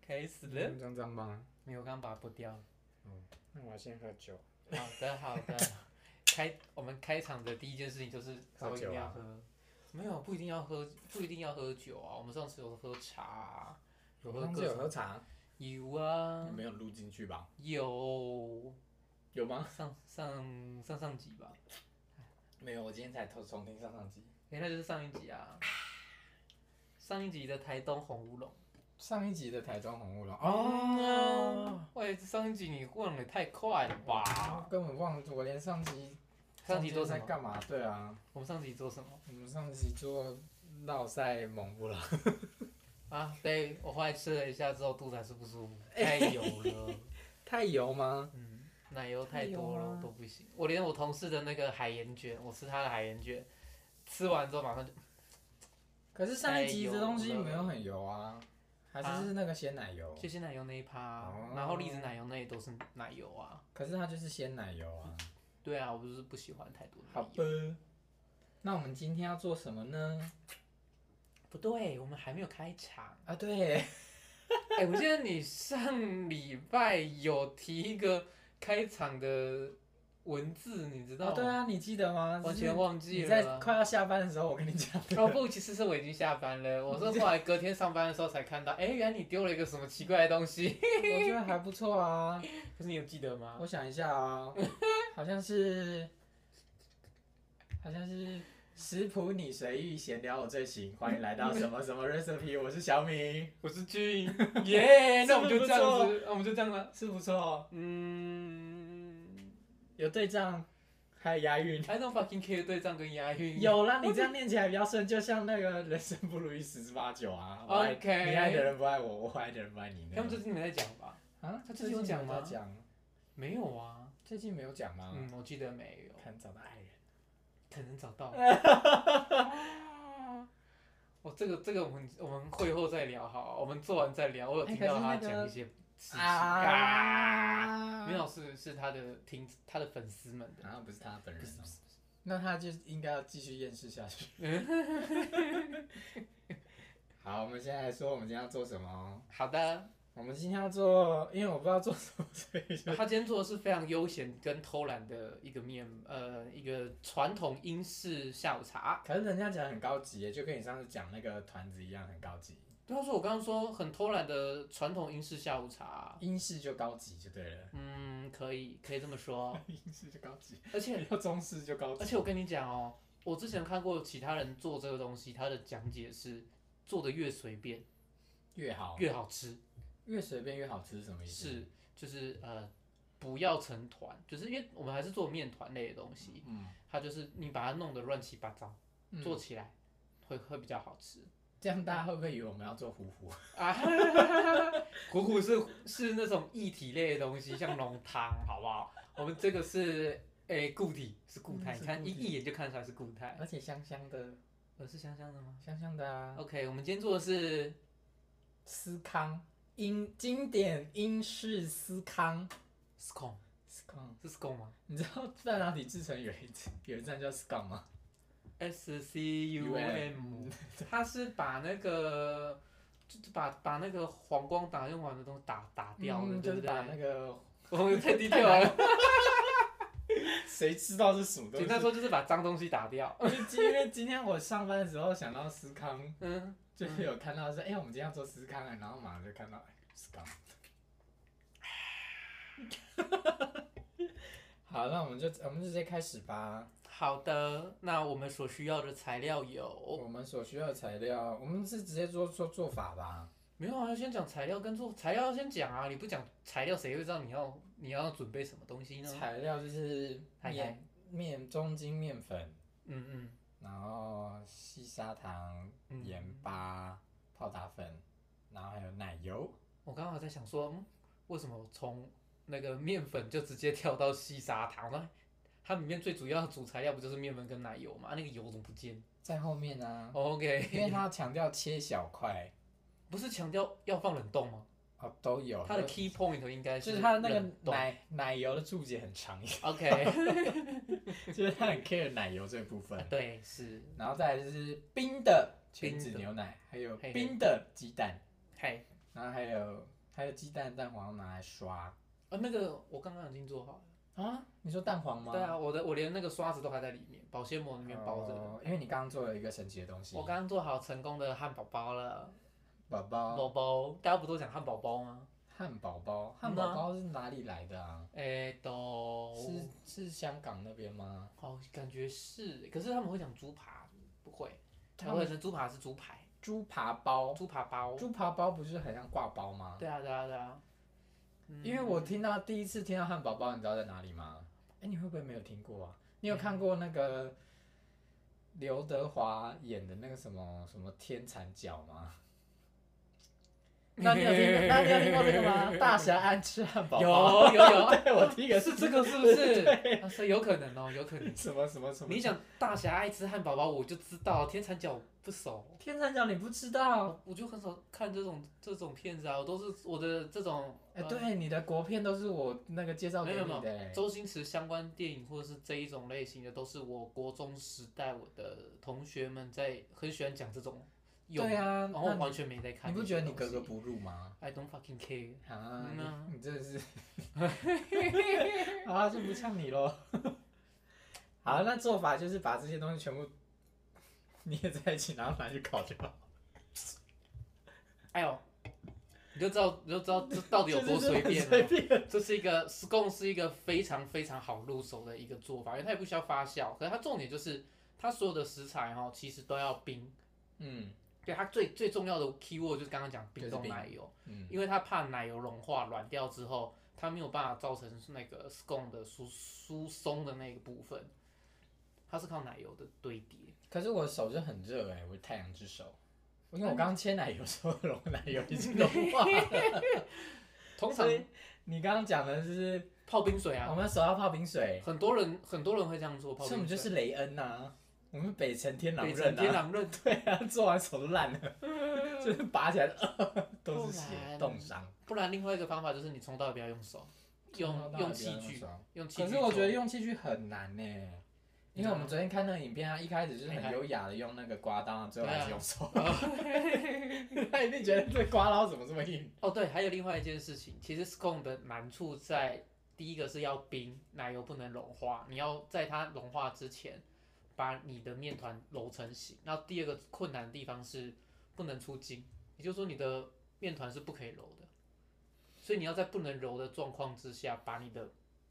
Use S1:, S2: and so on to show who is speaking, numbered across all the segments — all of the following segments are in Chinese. S1: 开始
S2: 你
S1: 了
S2: 们。这样这样棒啊！
S1: 没嗯有，我刚刚把它剥掉 了。
S2: 那我先喝酒。
S1: 好的，好的。开我们开场的第一件事情就是说
S2: 喝
S1: 一定
S2: 酒
S1: 要
S2: 啊
S1: 喝，没有不一定要喝，不一定要喝酒啊。我们上次有喝茶啊、有喝
S2: 上次
S1: 各
S2: 有
S1: 种
S2: 喝茶，
S1: 有
S2: 你
S1: 啊，
S2: 没有录进去吧？
S1: 有
S2: 有吗？
S1: 上上上上集吧，
S2: 没有，我今天才偷重听上上集。
S1: 哎、那就是上一集啊。上一集的台东红乌龙
S2: 上一集的台中红乌龙
S1: 嗯
S2: 哦，
S1: 啊喂，上一集你忘了太快了
S2: 哇
S1: 吧？，
S2: 啊根本忘了，我连上集
S1: 上集做什
S2: 在
S1: 么？
S2: 干嘛？对啊，
S1: 我们上集做什么
S2: 我们上集做绕赛蒙布朗，
S1: 啊？对，我后来吃了一下之后，肚子还是不舒服，
S2: 哎
S1: 太油了。
S2: 太油吗？
S1: 嗯，奶油太多
S2: 太油
S1: 了
S2: 啊
S1: 都不行。我连我同事的那个海盐卷，我吃他的海盐卷，吃完之后马上就
S2: 可是上一集
S1: 太油
S2: 的东西
S1: 了
S2: 没有很油啊，还
S1: 啊
S2: 是是那个鲜奶油。
S1: 就鲜奶油那一趴啊、
S2: 哦
S1: 然后栗子奶油那也都是奶油啊。
S2: 可是它就是鲜奶油啊。
S1: 对啊，我就是不喜欢太多的
S2: 好
S1: 奶油。
S2: 的，那我们今天要做什么呢？
S1: 不对，我们还没有开场。
S2: 啊，对，
S1: 哎、我记得你上礼拜有提一个开场的文字，你知道
S2: 哦，
S1: 吗？
S2: 对啊，你记得吗？
S1: 完全忘记
S2: 你
S1: 了。
S2: 在快要下班的时候，我跟你讲的。
S1: 哦不，其实是我已经下班了。我是后来隔天上班的时候才看到，哎、原来你丢了一个什么奇怪的东西。
S2: 我觉得还不错啊。
S1: 可是你有记得吗？
S2: 我想一下啊，好像是，好像是食谱你随意闲聊我最行，欢迎来到什么什么 recipe，我是小米，
S1: 我是君， 耶、
S2: 是
S1: 那我
S2: 不
S1: 们就
S2: 是不
S1: 这样子，那我们就这样了。
S2: 是不错，
S1: 嗯
S2: 有对仗，还有押韵。
S1: ，I don't fucking care 对仗跟押韵。
S2: 有啦，你这样念起来比较顺，就像那个人生不如意十之八九啊。我爱
S1: 哦 OK
S2: 你爱的人不爱我，我爱的人不爱你。
S1: 他们最近没在讲吧？
S2: 啊，
S1: 他最近有讲吗
S2: 最近有在讲，
S1: 没有啊。
S2: 最近没有讲吗？
S1: 嗯，我记得没有，
S2: 很早的爱人。
S1: 可能找到。哦，这个这个我们我们会后再聊好，我们做完再聊。我有听到他
S2: 哎可是那个
S1: 讲一些事情啊，
S2: 啊
S1: 没有是是他的听他的粉丝们的，
S2: 啊，不是他本人、
S1: 不是
S2: 哦
S1: 不。是
S2: 那他就应该要继续厌世下去。好，我们现在来说我们今天要做什么哦。
S1: 好的，
S2: 我们今天要做，因为我不知道做什么，所以就
S1: 他今天做的是非常悠闲跟偷懒的一个面，呃，一个传统英式下午茶。
S2: 可是人家讲很高级耶，就跟你上次讲那个团子一样很高级，
S1: 对啊，所以我刚刚说很偷懒的传统英式下午茶，
S2: 英式就高级就对了，
S1: 嗯，可以可以这么说。
S2: 英式就高级，
S1: 而且
S2: 要中式就高级。
S1: 而且我跟你讲哦，我之前看过其他人做这个东西，他的讲解是做的越随便
S2: 越好，
S1: 越好吃，
S2: 越随便越好吃是什么意思？，
S1: 是就是呃不要成团，就是因为我们还是做面团类的东西，
S2: 嗯，
S1: 它就是你把它弄得乱七八糟，
S2: 嗯
S1: 做起来会会比较好吃。
S2: 这样大家会不会以为我们要做糊糊？
S1: 啊， 苦苦是是那种液体类的东西，像浓汤，好不好？ 我们这个是诶、固体，是固态，
S2: 嗯
S1: 你看
S2: 是
S1: 一
S2: 固体
S1: 一眼就看出来是固态。
S2: 而且香香的，
S1: 呃，是香香的吗
S2: 香香的啊。
S1: ？OK，我们今天做的是
S2: 司康英经典英式司康，
S1: scone，
S2: 司康，
S1: 是 scone 吗
S2: 你知道在哪里制成有一站 有一站叫司康吗？
S1: ？S C U M，
S2: UM
S1: 它是把那个就是把把那个黄光打用完的东西打打掉的，
S2: 嗯
S1: 对
S2: 就
S1: 不
S2: 是
S1: 对？
S2: 把那个
S1: 我们太低调了，
S2: 谁知道是什么东
S1: 简
S2: 西？
S1: 单说就是把脏东西打掉。
S2: 因为今因为今天我上班的时候想到司康，
S1: 嗯，
S2: 就是有看到说，哎、我们今天要做司康啊，然后马上就看到哎司康。 好，那我们就我们就直接开始吧。
S1: 好的，那我们所需要的材料有。
S2: 我们所需要的材料，我们是直接做做做法吧。
S1: 没有啊，先讲材料跟做材料要先讲啊，你不讲材料，谁会知道你要你要准备什么东西呢？
S2: 材料就是
S1: 海苔
S2: 面面中筋面粉，
S1: 嗯嗯
S2: 然后细砂糖、
S1: 嗯，
S2: 盐巴、泡打粉，然后还有奶油。
S1: 我刚好在想说，嗯，为什么从那个面粉就直接跳到细砂糖呢？它里面最主要的主材料不就是面粉跟奶油嘛？啊那个油怎么不见
S2: 在后面呢、因为
S1: ？OK，
S2: 它要强调切小块
S1: 不是强调要放冷冻吗？
S2: 哦，都有。
S1: 它的 key point 应该
S2: 就是它那个
S1: 冷冻。
S2: 奶奶油的注解很长，
S1: OK，
S2: 就是它很 care 奶油这部分。
S1: 对，是，
S2: 然后再来就是冰的
S1: 冰
S2: 全脂
S1: 的
S2: 牛奶，还有
S1: 嘿嘿
S2: 冰的鸡蛋，
S1: 嘿，
S2: 然后还有还有鸡蛋蛋黄拿来刷
S1: 啊，那个我刚刚已经做好了。
S2: 啊？你说蛋黄吗？
S1: 对啊，我的我连那个刷子都还在里面，保鲜膜里面包着的。
S2: 哦因为你刚刚做了一个神奇的东西
S1: 我，刚刚做好成功的汉堡包了，
S2: 宝宝
S1: 宝宝，大家不都讲汉堡包吗？
S2: 汉堡包，
S1: 嗯啊
S2: 汉堡包是哪里来的啊？
S1: 哎、都
S2: 是是香港那边吗？
S1: 好，感觉是，可是他们会讲猪扒，不会，
S2: 他
S1: 他们会
S2: 们
S1: 讲猪扒是猪排，
S2: 猪扒包，
S1: 猪扒包。
S2: 猪扒包不是很像挂包吗？
S1: 对啊，对啊，对啊。嗯
S2: 因为我听到第一次听到汉堡包，你知道在哪里吗？哎、你会不会没有听过啊？你有看过那个刘德华演的那个什么什么天蚕角吗？ 那你有听？那你有听过这个吗？ 大侠安吃汉堡
S1: 有
S2: 包。
S1: 有有，
S2: 对 我第一个
S1: 是这个是不 是？啊，所以有可能哦，有可能。
S2: 什么什么什么？
S1: 你讲大侠爱吃汉堡包，我就知道天蚕角不熟，啊
S2: 天蚕角你不知道？
S1: 我就很少看这种这种片子啊，我都是我的这种
S2: 哎、
S1: 呃
S2: 对，你的国片都是我那个介绍给
S1: 没
S2: 你
S1: 有
S2: 的、
S1: 没
S2: 哎
S1: 周星驰相关电影或者是这一种类型的，都是我国中时代我的同学们在很喜欢讲这种，有
S2: 对啊，
S1: 然后
S2: 那
S1: 我
S2: 你
S1: 完全没在看
S2: 你
S1: 这些东
S2: 不
S1: 西。
S2: 觉得你格格不入吗？
S1: ？I don't fucking care。嗯
S2: 啊，
S1: 啊
S2: 你你真的 是，好啊，就不呛你 喽。好，那做法就是把这些东西全部捏在一起，然后拿去烤就好。
S1: 哎呦，你就知道你就知道这到底有多
S2: 就是
S1: 随
S2: 很
S1: 便啊
S2: 随
S1: 了。
S2: 便。
S1: 这是一个 scone 是一个非常非常好入手的一个做法，因为它也不需要发酵，可是它重点就是它所有的食材哈、哦，其实都要冰。
S2: 嗯
S1: 对它最最重要的 keyword 就是刚刚讲冰
S2: 就是
S1: 冻
S2: 冰
S1: 奶油，
S2: 嗯，
S1: 因为它怕奶油融化软掉之后，它没有办法造成那个 scone 的疏疏松的那个部分，它是靠奶油的堆叠。
S2: 可是我的手就很热哎、我是太阳之手。因为我刚刚切奶油的时候， 融奶油已经融化了。
S1: 通常
S2: 所以你刚刚讲的就是
S1: 泡冰水
S2: 我
S1: 啊，
S2: 们手要泡冰水，
S1: 很多人很多人会这样做，泡
S2: 哦所
S1: 冰水。
S2: 以我们就是雷恩呐、啊，我们北辰天狼
S1: 北
S2: 人
S1: 辰
S2: 啊。
S1: 天狼刃，
S2: 对啊，做完手都烂 了，就是拔起来、呃、都是血
S1: 不然
S2: 冻伤。
S1: 不然另外一个方法就是你冲到底不要用手，用
S2: 啊
S1: 用器具，用器具
S2: 可
S1: 冲。
S2: 是我觉得用器具很难呢、因为我们昨天看那个影片，他啊一开始就是
S1: 你看
S2: 很优雅的用那个刮刀，最后还是用手，
S1: 哎 哦
S2: 他一定觉得这刮刀怎么这么硬。
S1: 哦，对，还有另外一件事情，其实 scone 的难处在第一个是要冰，奶油不能融化，你要在它融化之前把你的面团揉成型。那第二个困难的地方是不能出筋，也就是说你的面团是不可以揉的，所以你要在不能揉的状况之下，把你的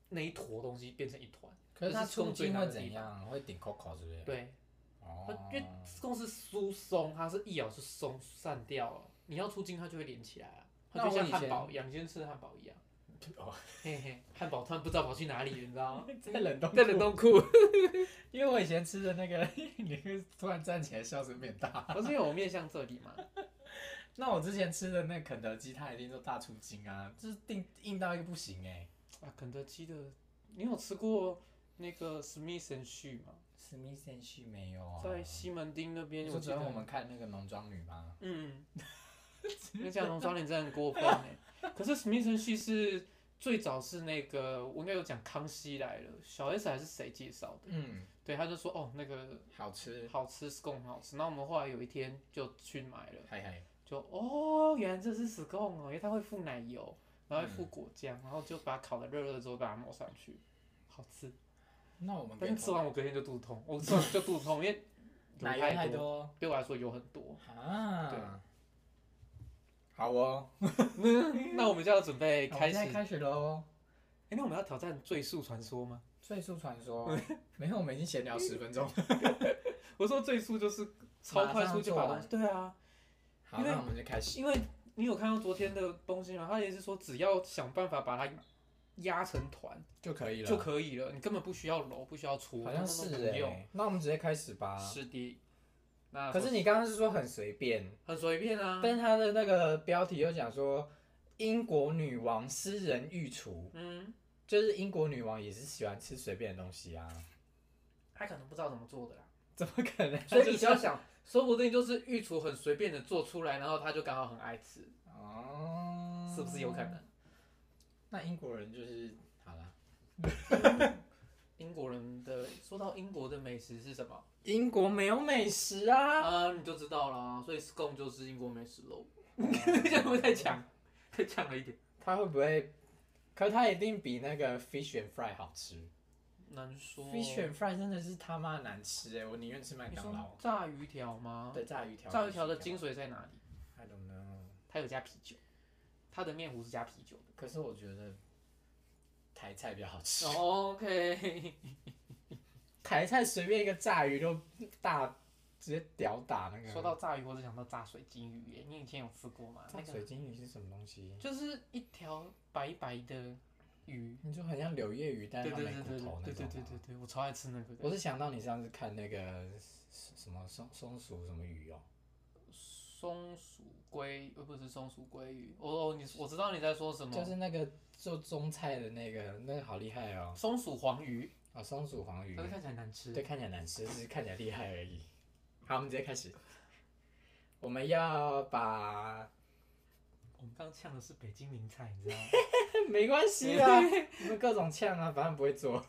S1: 那一坨东西变成一团。
S2: 可
S1: 是
S2: 是
S1: 它
S2: 它
S1: 出
S2: 出
S1: 筋
S2: 筋
S1: 会
S2: 会
S1: 怎
S2: 怎样？会顶 Coco 是不是？，
S1: 对，它
S2: 哦，
S1: 因为 scone 是疏松，它是一咬就松散掉了，你要出筋它就会连起来啊，它就
S2: 那我
S1: 像
S2: 以
S1: 汉
S2: 前
S1: 堡一样，你今天吃的汉堡一样。
S2: 哦，
S1: 嘿嘿，汉堡突然不知道跑去哪里 了，你知道吗？
S2: 在冷冻库
S1: 在冷冻库，
S2: 因为我以前吃的那个， 你会突然站起来笑声变大。
S1: 不是因哦为我面向这里嘛？
S2: 那我之前吃的那肯德基，它一定都大出筋啊，就是硬硬到一个不行哎、
S1: 啊，肯德基的，你有吃过那个 Smith and She 吗？
S2: 史密森旭没有啊？
S1: 在西门町那边，
S2: 你
S1: 我
S2: 说
S1: 记
S2: 昨
S1: 得
S2: 天我们看那个浓妆女吗？
S1: 嗯，你讲龙双脸真的很过分哎。可是 Smith and She 是最早是那个，我应该有讲康熙来了，小 S 还是谁介绍的？
S2: 嗯，
S1: 对，他就说哦，那个
S2: 好吃，
S1: 好吃，scone 很好吃。那我们后来有一天就去买了。
S2: 嗨嗨，
S1: 就哦，原来这是 scone 哦，因为它会附奶油，然后会
S2: 嗯
S1: 附果酱，然后就把它烤的热热之后把它抹上去，好吃。
S2: 那我们
S1: 但是吃完我隔天就肚子痛，我吃完就肚子 痛，因为油
S2: 奶油太多
S1: 对我来说有很多。
S2: 啊
S1: 对，
S2: 好哦，
S1: 那我们就要准备
S2: 好
S1: 开
S2: 现
S1: 始，
S2: 在
S1: 哎、
S2: 开始喽。
S1: 那我们要挑战最速传说吗？
S2: 最速传 说，没有，我们已经闲聊十分钟。
S1: 我说最速就是超快速就把东西，对啊，
S2: 好，
S1: 因为
S2: 那我们就开始。
S1: 因为你有看到昨天的东西吗？他也是说只要想办法把它压成团
S2: 就可以了，
S1: 就可以了，你根本不需要揉，不需要搓，
S2: 啊好像
S1: 通通
S2: 是
S1: 都不
S2: 哎、
S1: 用。
S2: 那我们直接开始吧。
S1: 是的，那
S2: 可是你刚刚是说很随便，
S1: 很随便啊。
S2: 但是他的那个标题又讲说英国女王私人御厨，
S1: 嗯，
S2: 就是英国女王也是喜欢吃随便的东西啊，
S1: 他可能不知道怎么做的啦，
S2: 怎么可能？
S1: 所以你就要想，说不定就是御厨很随便的做出来，然后他就刚好很爱吃，
S2: 哦，
S1: 是不是有可？能？
S2: 那英国人就是好了，
S1: 英国人的说到英国的美食是什么
S2: 英国没有美食啊，
S1: 哦 啊，你就知道啦。所以 scone 就是英国美食喽。这样会不会太强？太呛了一点，
S2: 它会不会？可它一定比那个 fish and fry 好吃。
S1: 难说。
S2: fish and fry 真的是他妈难吃哎、我宁愿吃麦
S1: 你
S2: 当
S1: 说
S2: 劳。
S1: 炸鱼条吗？
S2: 对，炸鱼条。
S1: 炸鱼条的精髓在哪里？
S2: ，I don't know。
S1: 它有加啤酒，它的面糊是加啤酒的。
S2: 可是我觉得台菜比较好吃。
S1: 哦 OK，
S2: 台菜随便一个炸鱼都大，直接屌打那个。
S1: 说到炸鱼，我只想到炸水晶鱼耶，你以前有吃过吗？
S2: 炸
S1: 那个
S2: 水晶鱼是什么东西？
S1: 就是一条白白的鱼，
S2: 你就很像柳叶鱼，但
S1: 对
S2: 是它
S1: 对
S2: 没
S1: 对
S2: 骨
S1: 对
S2: 头那
S1: 对对
S2: 种
S1: 对
S2: 吗。
S1: 对对，我超爱吃那个的。
S2: 我是想到你上次看那个什么松松鼠什么鱼哦，
S1: 松鼠鲑呃不是松鼠鲑鱼，哦哦你我知道你在说什么，
S2: 就是那个做中菜的那个，那个好厉害哦，
S1: 松鼠黄鱼，
S2: 啊松鼠黄鱼
S1: 但，是看起来很难吃。
S2: 对，看起来难吃，只是看起来厉害而已。好，我们直接开始，我们要把，
S1: 我们刚呛的是北京名菜，你知道吗？
S2: 没关系啊，我们各种呛啊，反正不会做，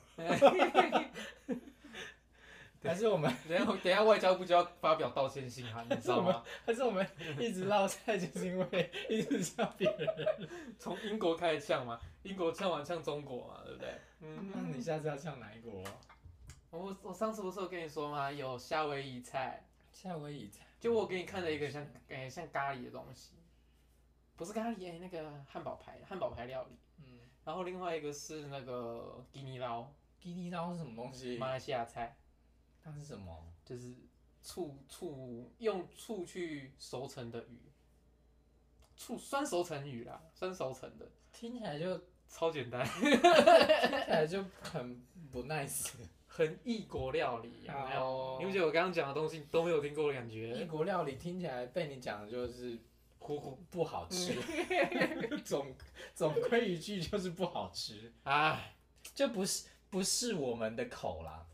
S2: 还是我们。
S1: 等一下，等一下，外交部就要发表道歉信函，你知道吗？
S2: 但是我们一直落菜，就是因为一直笑别人。
S1: 从英国开始呛嘛，英国呛完呛中国嘛，对不对？
S2: 那你下次要唱哪一国？
S1: 我我上次不是有跟你说吗？有夏威夷菜，
S2: 夏威夷菜。
S1: 就我给你看了一个像诶、像咖喱的东西，不是咖喱诶、那个汉堡排汉堡排料理，
S2: 嗯，
S1: 然后另外一个是那个吉尼捞
S2: 吉尼捞是什么东西
S1: 马？来西亚菜，
S2: 它是什么？
S1: 就是醋醋用醋去熟成的鱼，醋酸熟成鱼啦，酸熟成的，
S2: 听起来 就听
S1: 超简单。
S2: 起来就很不 nice。
S1: 很异国料理，有没有？
S2: 哦
S1: 你不觉得我刚刚讲的东西都没有听过的感
S2: 异
S1: 觉？
S2: 国料理听起来被你讲的就是
S1: 糊糊
S2: 不好吃， 总总归一句就是不好吃，
S1: 哎，
S2: 就不是不是我们的口啦。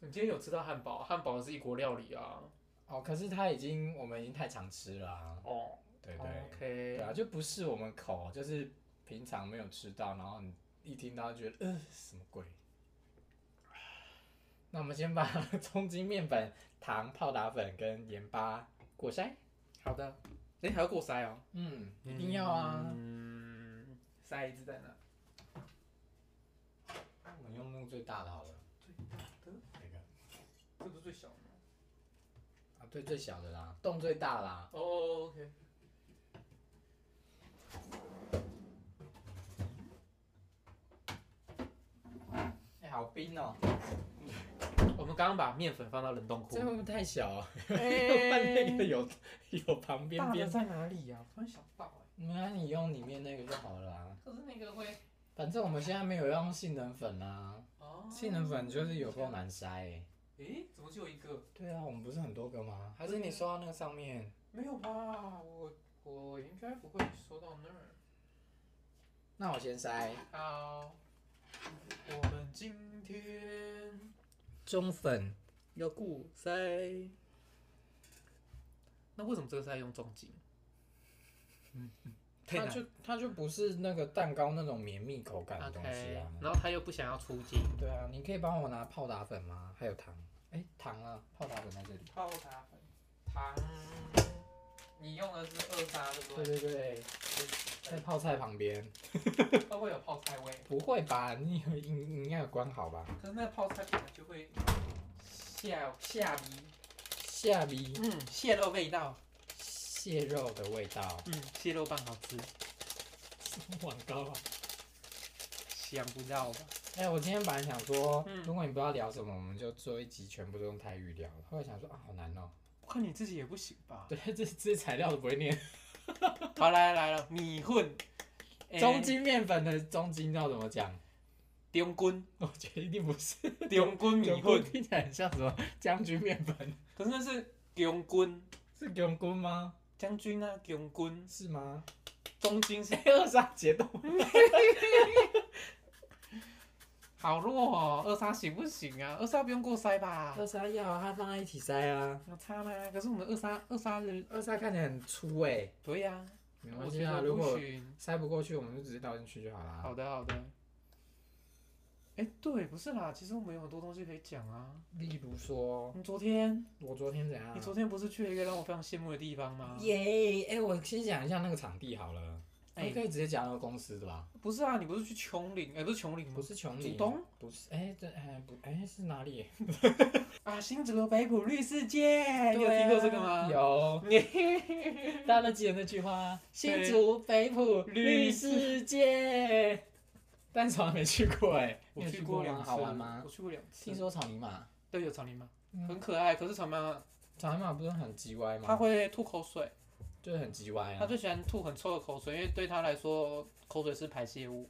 S1: 你今天有吃到汉堡？汉堡是异国料理啊。
S2: 哦，可是它已经我们已经太常吃了啊，
S1: 哦
S2: 对不对？对
S1: ，OK，
S2: 啊，就不是我们口，就是平常没有吃到，然后你一听到就觉得，呃，什么鬼？ 那我们先把 葱精、面粉、糖、泡打粉跟盐巴过筛。
S1: 好的。哎，还要过筛哦？
S2: 嗯，一定要啊！
S1: 嗯，筛一直在哪？
S2: 我们用那个最大的好了，
S1: 最
S2: 那个
S1: 这不是最小的吗？
S2: 啊，对，最小的啦，洞最大啦。
S1: 哦，OK。
S2: 哎、好冰哦！
S1: 我们刚刚把面粉放到冷冻库
S2: 这。会 不会太小、啊？换 那个
S1: 哎，
S2: 有有旁边
S1: 大的
S2: 边，
S1: 在哪里呀？突然想不到
S2: 那、你用里面那个就好了啊。
S1: 哎，可是那个会
S2: 反正我们现在没有要用杏仁粉啊。
S1: 哦
S2: 杏仁粉就是有够。难筛、欸。
S1: 哎，怎么只有一个？
S2: 对啊，我们不是很多个吗？还是你刷到那个上面？
S1: 没有吧？我我应该不会收到那儿。
S2: 那我先筛
S1: 好，我们今天
S2: 中粉，
S1: 要固塞。那为什么这个塞用重金？嗯，
S2: 它就它就不是那个蛋糕那种绵密口感的东西
S1: OK，
S2: 啊。
S1: 然后他又不想要出金，
S2: 对啊，你可以帮我拿泡打粉吗？还有糖，哎、糖啊，泡打粉在这里。
S1: 泡茶粉糖，你用的是二砂对不
S2: 对？对对，在泡菜旁边。
S1: 它会有泡菜味，
S2: 不会吧？你有应应该有关好吧？
S1: 可是那泡菜本来就会下下鼻，
S2: 下鼻
S1: 嗯，蟹肉味道，
S2: 蟹肉的味 道，
S1: 嗯，蟹肉棒好吃，
S2: 什么广告啊？
S1: 想不到吧？
S2: 哎、我今天本来想说，
S1: 嗯
S2: 如果你不知道聊什么，我们就做一集全部都用台语聊。后来想说啊，好难哦、
S1: 我看你自己也不行吧？
S2: 对，这这些材料都不会念。
S1: 好，来来了，米混，诶
S2: 中筋面粉的中筋要怎么讲？
S1: 中棍，
S2: 我觉得一定不 是。
S1: 中棍米
S2: 中棍
S1: 混，
S2: 听起来很像什么将军面粉？
S1: 可是那是中棍
S2: 是中棍吗？
S1: 将军啊，中棍，
S2: 是吗？
S1: 中军是
S2: 哎、二杀解冻。
S1: 好弱哦，二杀行不行啊？二杀不用过筛吧？
S2: 二杀要啊，它放在一起塞啊。
S1: 有差吗？可是我们二杀二杀的，
S2: 二杀看起来很粗哎、
S1: 对呀、
S2: 没
S1: 我
S2: 关
S1: 觉
S2: 系啊，
S1: 得
S2: 如
S1: 不
S2: 果啊
S1: 行。
S2: 塞不过去，我们就直接倒进去就好啦。
S1: 好的好的。哎、对，不是啦，其实我们有很多东西可以讲啊。
S2: 例如说，
S1: 你昨天，
S2: 我昨天怎样啊
S1: 你？昨天不是去了一个让我非常羡慕的地方吗？
S2: 耶！哎，我先讲一下那个场地好了。
S1: 哎
S2: 你可以直接加入公司的吧？
S1: 不是啊，你不是去琼林？哎、不是琼林吗？
S2: 不是琼
S1: 竹
S2: 林，
S1: 东
S2: 不是，哎，这哎不哎是哪里？
S1: 啊，新竹的北浦绿世界，哎你有听过这个吗？
S2: 对啊。 有，大家都记得那句话啊，新竹北浦绿世界。但是从来没去过哎，
S1: 我
S2: 你有
S1: 去过
S2: 吗
S1: 两次，
S2: 好玩吗
S1: 我？去过两次。
S2: 听说草泥马，
S1: 对，有草泥马，
S2: 嗯
S1: 很可爱。可是草泥马
S2: 草泥马不是很叽歪吗？
S1: 它会吐口水，
S2: 就是很叽歪
S1: 它
S2: 啊。
S1: 最喜欢吐很臭的口水，因为对它来说，口水是排泄物。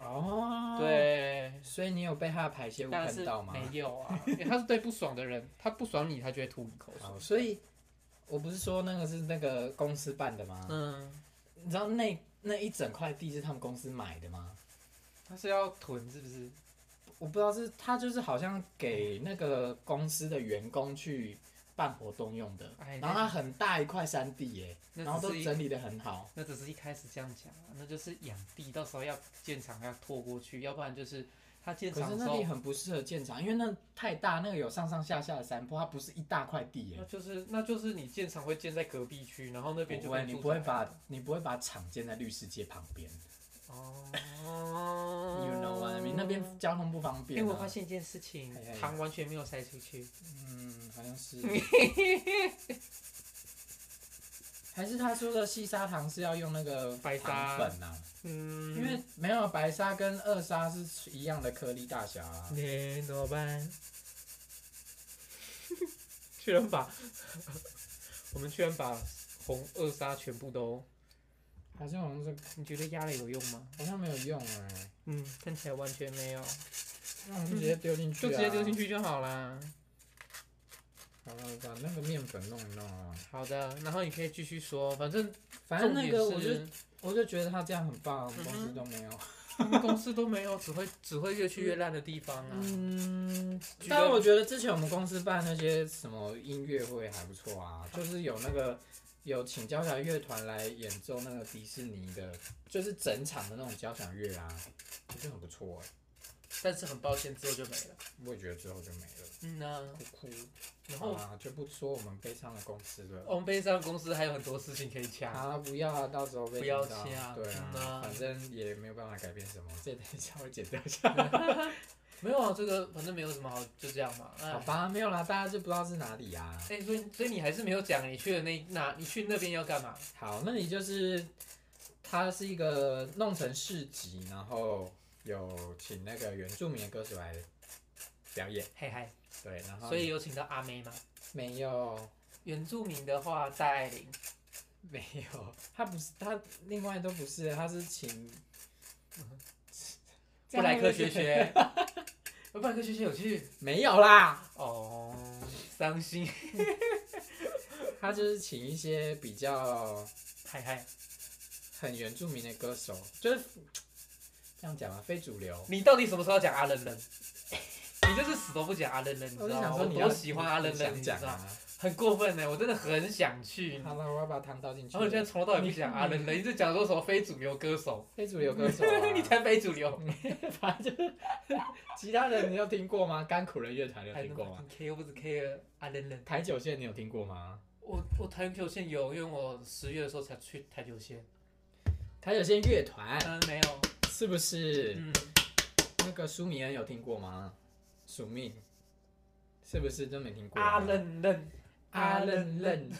S2: 哦，，
S1: 对，
S2: 所以你有被它的排泄物
S1: 但
S2: 喷
S1: 是
S2: 到吗？
S1: 没有啊，因为它是对不爽的人，它不爽你，它就会吐你口水。
S2: 好，哦所以我不是说那个是那个公司办的吗？
S1: 嗯，
S2: 你知道那那一整块地是他们公司买的吗？
S1: 它是要囤是不是？
S2: 我不知道是他就是好像给那个公司的员工去办活动用的，
S1: 哎
S2: 然后它很大一块山地耶，
S1: 那
S2: 然后
S1: 只
S2: 都
S1: 是一
S2: 整理的很好。
S1: 那只是一开始这样讲啊，那就是养地，到时候要建厂要拖过去，要不然就是它建
S2: 可
S1: 厂
S2: 是
S1: 的时
S2: 那
S1: 候
S2: 里，很不适合建厂，因为那太大，那个有上上下下的山坡，它不是一大块地
S1: 那
S2: 耶。
S1: 就是那就是你建厂会建在隔壁区，然后那边就
S2: 不会，
S1: 变
S2: 你
S1: 住
S2: 不会
S1: 宅
S2: 把你不会把厂建在绿世界旁边、
S1: 哦
S2: y o u know what I mean？那边交通不方
S1: 因为
S2: 便、啊。
S1: 哦哎我发现一件事情
S2: 哎哎，哎
S1: 糖完全没有塞出去，
S2: 嗯，好像是。 还是他说的细砂糖是要用那个
S1: 白
S2: 糖
S1: 砂
S2: 粉呐、啊，
S1: 嗯，
S2: 因为没有白砂跟二砂是一样的颗粒大小啊。
S1: 你怎么 办？居然把 我们居然把红二砂全部都，
S2: 好像好像是
S1: 你觉得压了有用吗？
S2: 好像没有用哎、欸，
S1: 嗯，看起来完全没有，
S2: 那我们就直接丢进去、
S1: 就
S2: 啊，
S1: 直接丢进。去就好啦。
S2: 好了，把那个面粉弄一弄啊。
S1: 好的，然后你可以继续说，反正
S2: 反正
S1: 重
S2: 那
S1: 点
S2: 个我就是我就觉得他这样很棒，啊
S1: 嗯哼
S2: 公司都没有。
S1: 我们公司都没有，只会只会越去越烂的地方啊。
S2: 嗯，
S1: 举
S2: 但
S1: 个
S2: 我觉得之前我们公司办那些什么音乐会还不错啊，就是有那个有请交响乐团来演奏那个迪士尼的，就是整场的那种交响乐啊，我觉得很不错哎、
S1: 但是很抱歉，之后就没了。
S2: 我也觉得之后就没了，
S1: 嗯呐、
S2: 哭哭。
S1: 然
S2: 好啊
S1: 后
S2: 啦，就不说我们悲伤的公司了。
S1: 我们悲伤公司还有很多事情可以掐。
S2: 啊，不要啊，到时候被
S1: 不要
S2: 听到
S1: 掐
S2: 对
S1: 嗯
S2: 啊
S1: 啊，
S2: 反正也没有办法改变什么，这等一下我剪掉一 下。
S1: 没有啊，这个反正没有什么好，就这样嘛。哎
S2: 好吧，没有啦，大家就不知道是哪里啊。
S1: 哎、所以所以你还是没有讲你去的那那，你去那边要干嘛？
S2: 好，那你就是它是一个弄成市集，然后有请那个原住民的歌手来表演，
S1: 嘿嘿，
S2: 对，然后
S1: 所以有请到阿妹嘛。
S2: 没有
S1: 原住民的话，戴爱玲，
S2: 没有，他不是他另外都不是，他是 请
S1: 布莱克学学， 布莱克学学有去
S2: 没有啦，
S1: 哦，伤心，
S2: 他就是请一些比较
S1: 嗨嗨，
S2: 很原住民的歌手，就是这样讲嘛，非主流。
S1: 你到底什么时候要讲阿冷冷？你就是死都不讲阿冷冷，你知
S2: 我就
S1: 道
S2: 想
S1: 吗？
S2: 说
S1: 嗯我
S2: 你要
S1: 多喜欢阿冷冷，
S2: 你
S1: 你知
S2: 想
S1: 道
S2: 讲
S1: 吗？
S2: 啊，
S1: 很过分呢，我真的很想去。
S2: 好了，我要把汤倒进去
S1: 然后
S2: 了。
S1: 你现在从头到尾不讲阿冷冷，一直讲说什么非主流歌 手，
S2: 非主流歌手、啊
S1: ，你才非主流。
S2: 反正就是 其他人你有听过吗？甘苦人乐团你有
S1: 还
S2: 听过吗？
S1: 能 K 又不是 K 了阿冷冷。
S2: 台九线你有听过吗？
S1: 我我台九线有，因为我十月的时候才去台九线。
S2: 台九线乐团
S1: 嗯，没有。
S2: 是不是、
S1: 嗯，
S2: 那个苏米恩有听过吗？署命是不是都没听过、啊
S1: 阿冷冷，
S2: 阿冷冷，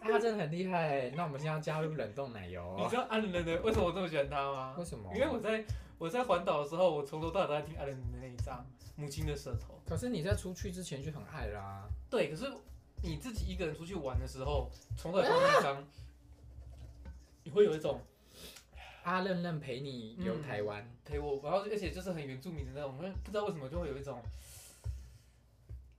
S2: 阿真的很厉害。那我们现在要加入冷冻奶油
S1: 你
S2: 哦。
S1: 知道阿冷冷的为什么我这么喜欢他吗
S2: 为？什么？
S1: 因为我在我在环岛的时候，我从头到尾都在听阿冷冷的那一张《母亲的舌头
S2: 可是你在出去之前就很爱啦、》。
S1: 对，可是你自己一个人出去玩的时候，从头到尾放那张，你会有一种
S2: 阿愣愣陪你游台湾，
S1: 陪我，然后而且就是很原住民的那种，不知道为什么就会有一种。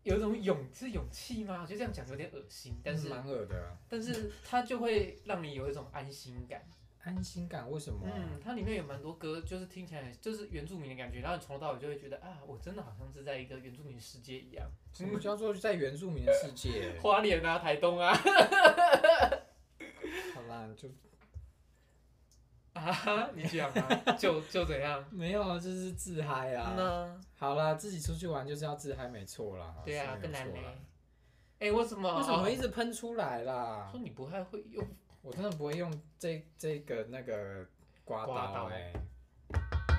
S1: 有一种勇是勇气吗？我觉得这样讲有点恶心，但是
S2: 蛮恶的，
S1: 但是它就会让你有一种安心感。
S2: 安心感为什么？
S1: 嗯，它里面有蛮多歌，就是听起来就是原住民的感觉，然后你从头到尾就会觉得啊，我真的好像是在一个原住民世界一样，？
S2: 什么叫做在原住民的世界
S1: 花莲啊、台东啊，
S2: 好啦，就
S1: 啊哈，你讲啊，就就怎 样？
S2: 没有，啊，就是自嗨啊。
S1: 那
S2: 好啦，自己出去玩就是要自嗨，没错啦。
S1: 对啊，
S2: 是
S1: 更
S2: 没
S1: 难
S2: 有
S1: 嘞
S2: 错啦。
S1: 哎，我怎么？哦
S2: 为什么一直喷出来啦
S1: 说？你不太会用？
S2: 我真的不会用这这个那个刮
S1: 刮
S2: 刀
S1: 刀
S2: 哎、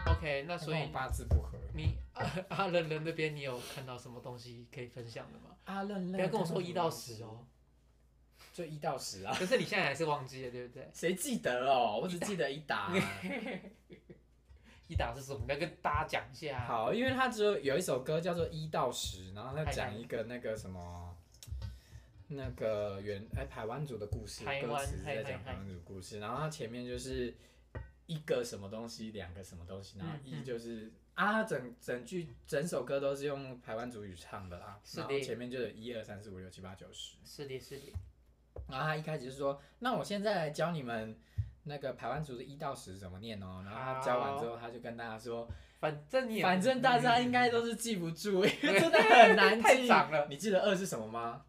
S1: OK，那
S2: 那
S1: 所以
S2: 八字不合。
S1: 你 阿仁仁那边你有看到什么东西可以分享的吗？
S2: 阿愣愣，
S1: 不要跟我说一到十，哦，
S2: 就一到十啊，
S1: 可是你现在还是忘记了，对不对？
S2: 谁记得哦？我只记得一打。啊
S1: 一打是什么？你要跟大家讲一下啊。
S2: 好，因为他只有有一首歌叫做《一到十》，然后他
S1: 太难
S2: 讲一个那个什么，那个原哎台湾族的故事，
S1: 台
S2: 歌
S1: 湾
S2: 词是
S1: 嗨
S2: 在
S1: 嗨
S2: 讲
S1: 嗨
S2: 台湾族的故事，然后他前面就是一个什么东西，两个什么东西，然后
S1: 嗯
S2: 一
S1: 嗯
S2: 就是。啊，整整句整首歌都是用台湾族语唱的啦，
S1: 是
S2: 然后
S1: 的
S2: 前面就有一二三四五六七八九十，
S1: 是的，是的，
S2: 然后他一开始就说：“那我现在来教你们那个台湾族的一到十怎么念哦。”然后他教完之后，他就跟大家说：“
S1: 反正你也
S2: 反正大家应该都是记不住，因为
S1: 对
S2: 真的很 难记。
S1: 太长了
S2: 你记得二是什么吗？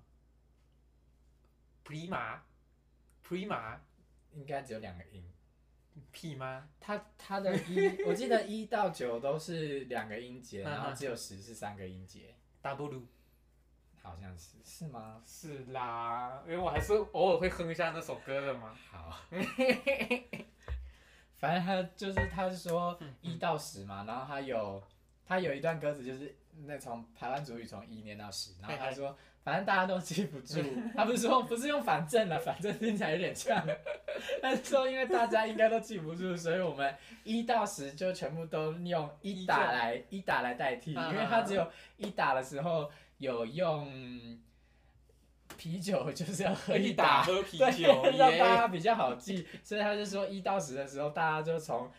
S1: prima prima
S2: 应该只有两个音。
S1: 屁吗？
S2: 它它的一，我记得一到九都是两个音节，
S1: 嗯嗯
S2: 然后只有十是三个音节，
S1: W
S2: 好像是是吗？
S1: 是啦，因为我还是偶尔会哼一下那首歌的嘛。
S2: 好， 反正他就是他是说一到十嘛，然后他有他有一段歌词就是那从台湾主语从一念到十，然后他说反正大家都记不住，他不是说不是用反正了，反正听起来有点像， 他是说因为大家应该都记不住，所以我们一到十就全部都用一嗯打来一打来代替，因为他只有一打的时候有用啤酒就是要喝一打。
S1: 喝啤
S2: 对， 让大
S1: 耶！
S2: 家比较好记，所以他就说一到十的时候，大家就从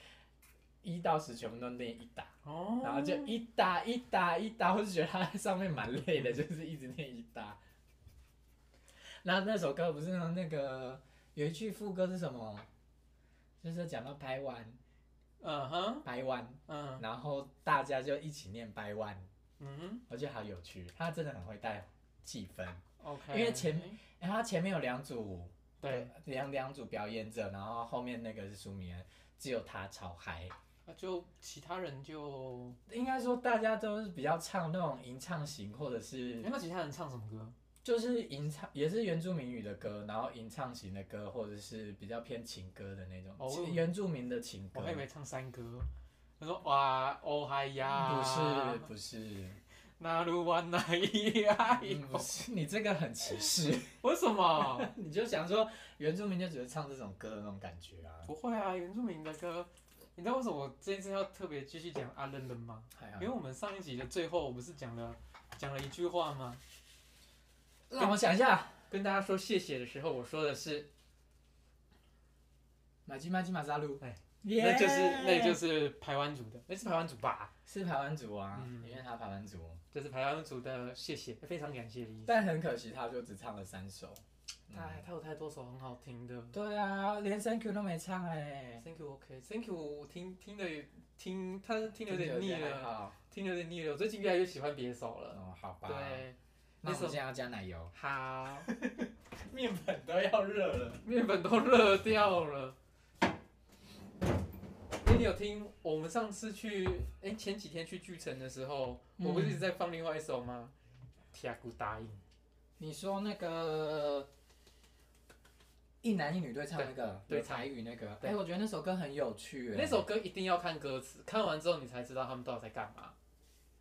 S2: 一到十全部都念一打，
S1: 哦，
S2: 然后就一打一打一打，我就觉得他在上面蛮累的，就是一直念一打。然后那首歌不是那个有一句副歌是什么？就是讲到掰弯
S1: 嗯哼，
S2: 掰弯，
S1: 嗯
S2: 然后大家就一起念掰弯，
S1: 嗯
S2: 我觉得好有趣，他真的很会带气氛。
S1: ，OK。
S2: 因为前然后他前面有两组
S1: 对，，
S2: 两两组表演者，然后后面那个是苏明恩，只有他超嗨。
S1: 那就其他人就，
S2: 应该说大家都是比较唱那种吟唱型，或者是
S1: 那其他人唱什么歌？
S2: 就是吟唱，也是原住民语的歌，然后吟唱型的歌，或者是比较偏情歌的那种，
S1: 哦
S2: 其原住民的情歌
S1: 我。还以为唱山歌。他说哇哦嗨呀，
S2: 不是，不是，
S1: 那鲁湾那伊呀，
S2: 嗯不是，你 这个很歧视，
S1: 为什么？
S2: 你就想说原住民就只会唱这种歌的那种感觉啊。
S1: 不会啊，原住民的歌，你知道为什么我这一次要特别继续讲阿愣愣吗？
S2: 还
S1: 因为
S2: 好，
S1: 我们上一集的最后，我不是讲了讲了一句话吗？
S2: 让我想一下，
S1: 跟大家说谢谢的时候，我说的是，
S2: 马吉马吉马扎鲁，
S1: 哎
S2: 耶，
S1: 那就是那就是台湾族的，那是台湾族吧？
S2: 是台湾族啊，
S1: 嗯
S2: 因为他台湾族。
S1: 这是台湾族的谢谢，非常感谢的意思。
S2: 但很可惜，他就只唱了三首。嗯
S1: 他哎他有太多首很好听的
S2: 对啊，连 Thank You 都没唱哎、
S1: ，Thank you OK，Thank you 我听听的听，他是听
S2: 听
S1: 得有点腻了，
S2: 了。
S1: 听得有点腻了。我最近越来越喜欢别首了。
S2: 哦，好吧。，
S1: 对，
S2: 那
S1: 那
S2: 我
S1: 首
S2: 们现在要加奶油，
S1: 好，
S2: 面粉都要热了。
S1: 面粉都热掉了。哎、你有听我们上次去，哎、前几天去巨城的时候，我不是一直在放另外一首吗？铁骨答应。
S2: 你说那个一男一女对唱那个，
S1: 对
S2: 有台语那个，哎、
S1: 对
S2: 我觉得那首歌很有趣、哎
S1: 那首歌一定要看歌词，看完之后你才知道他们到底在干嘛。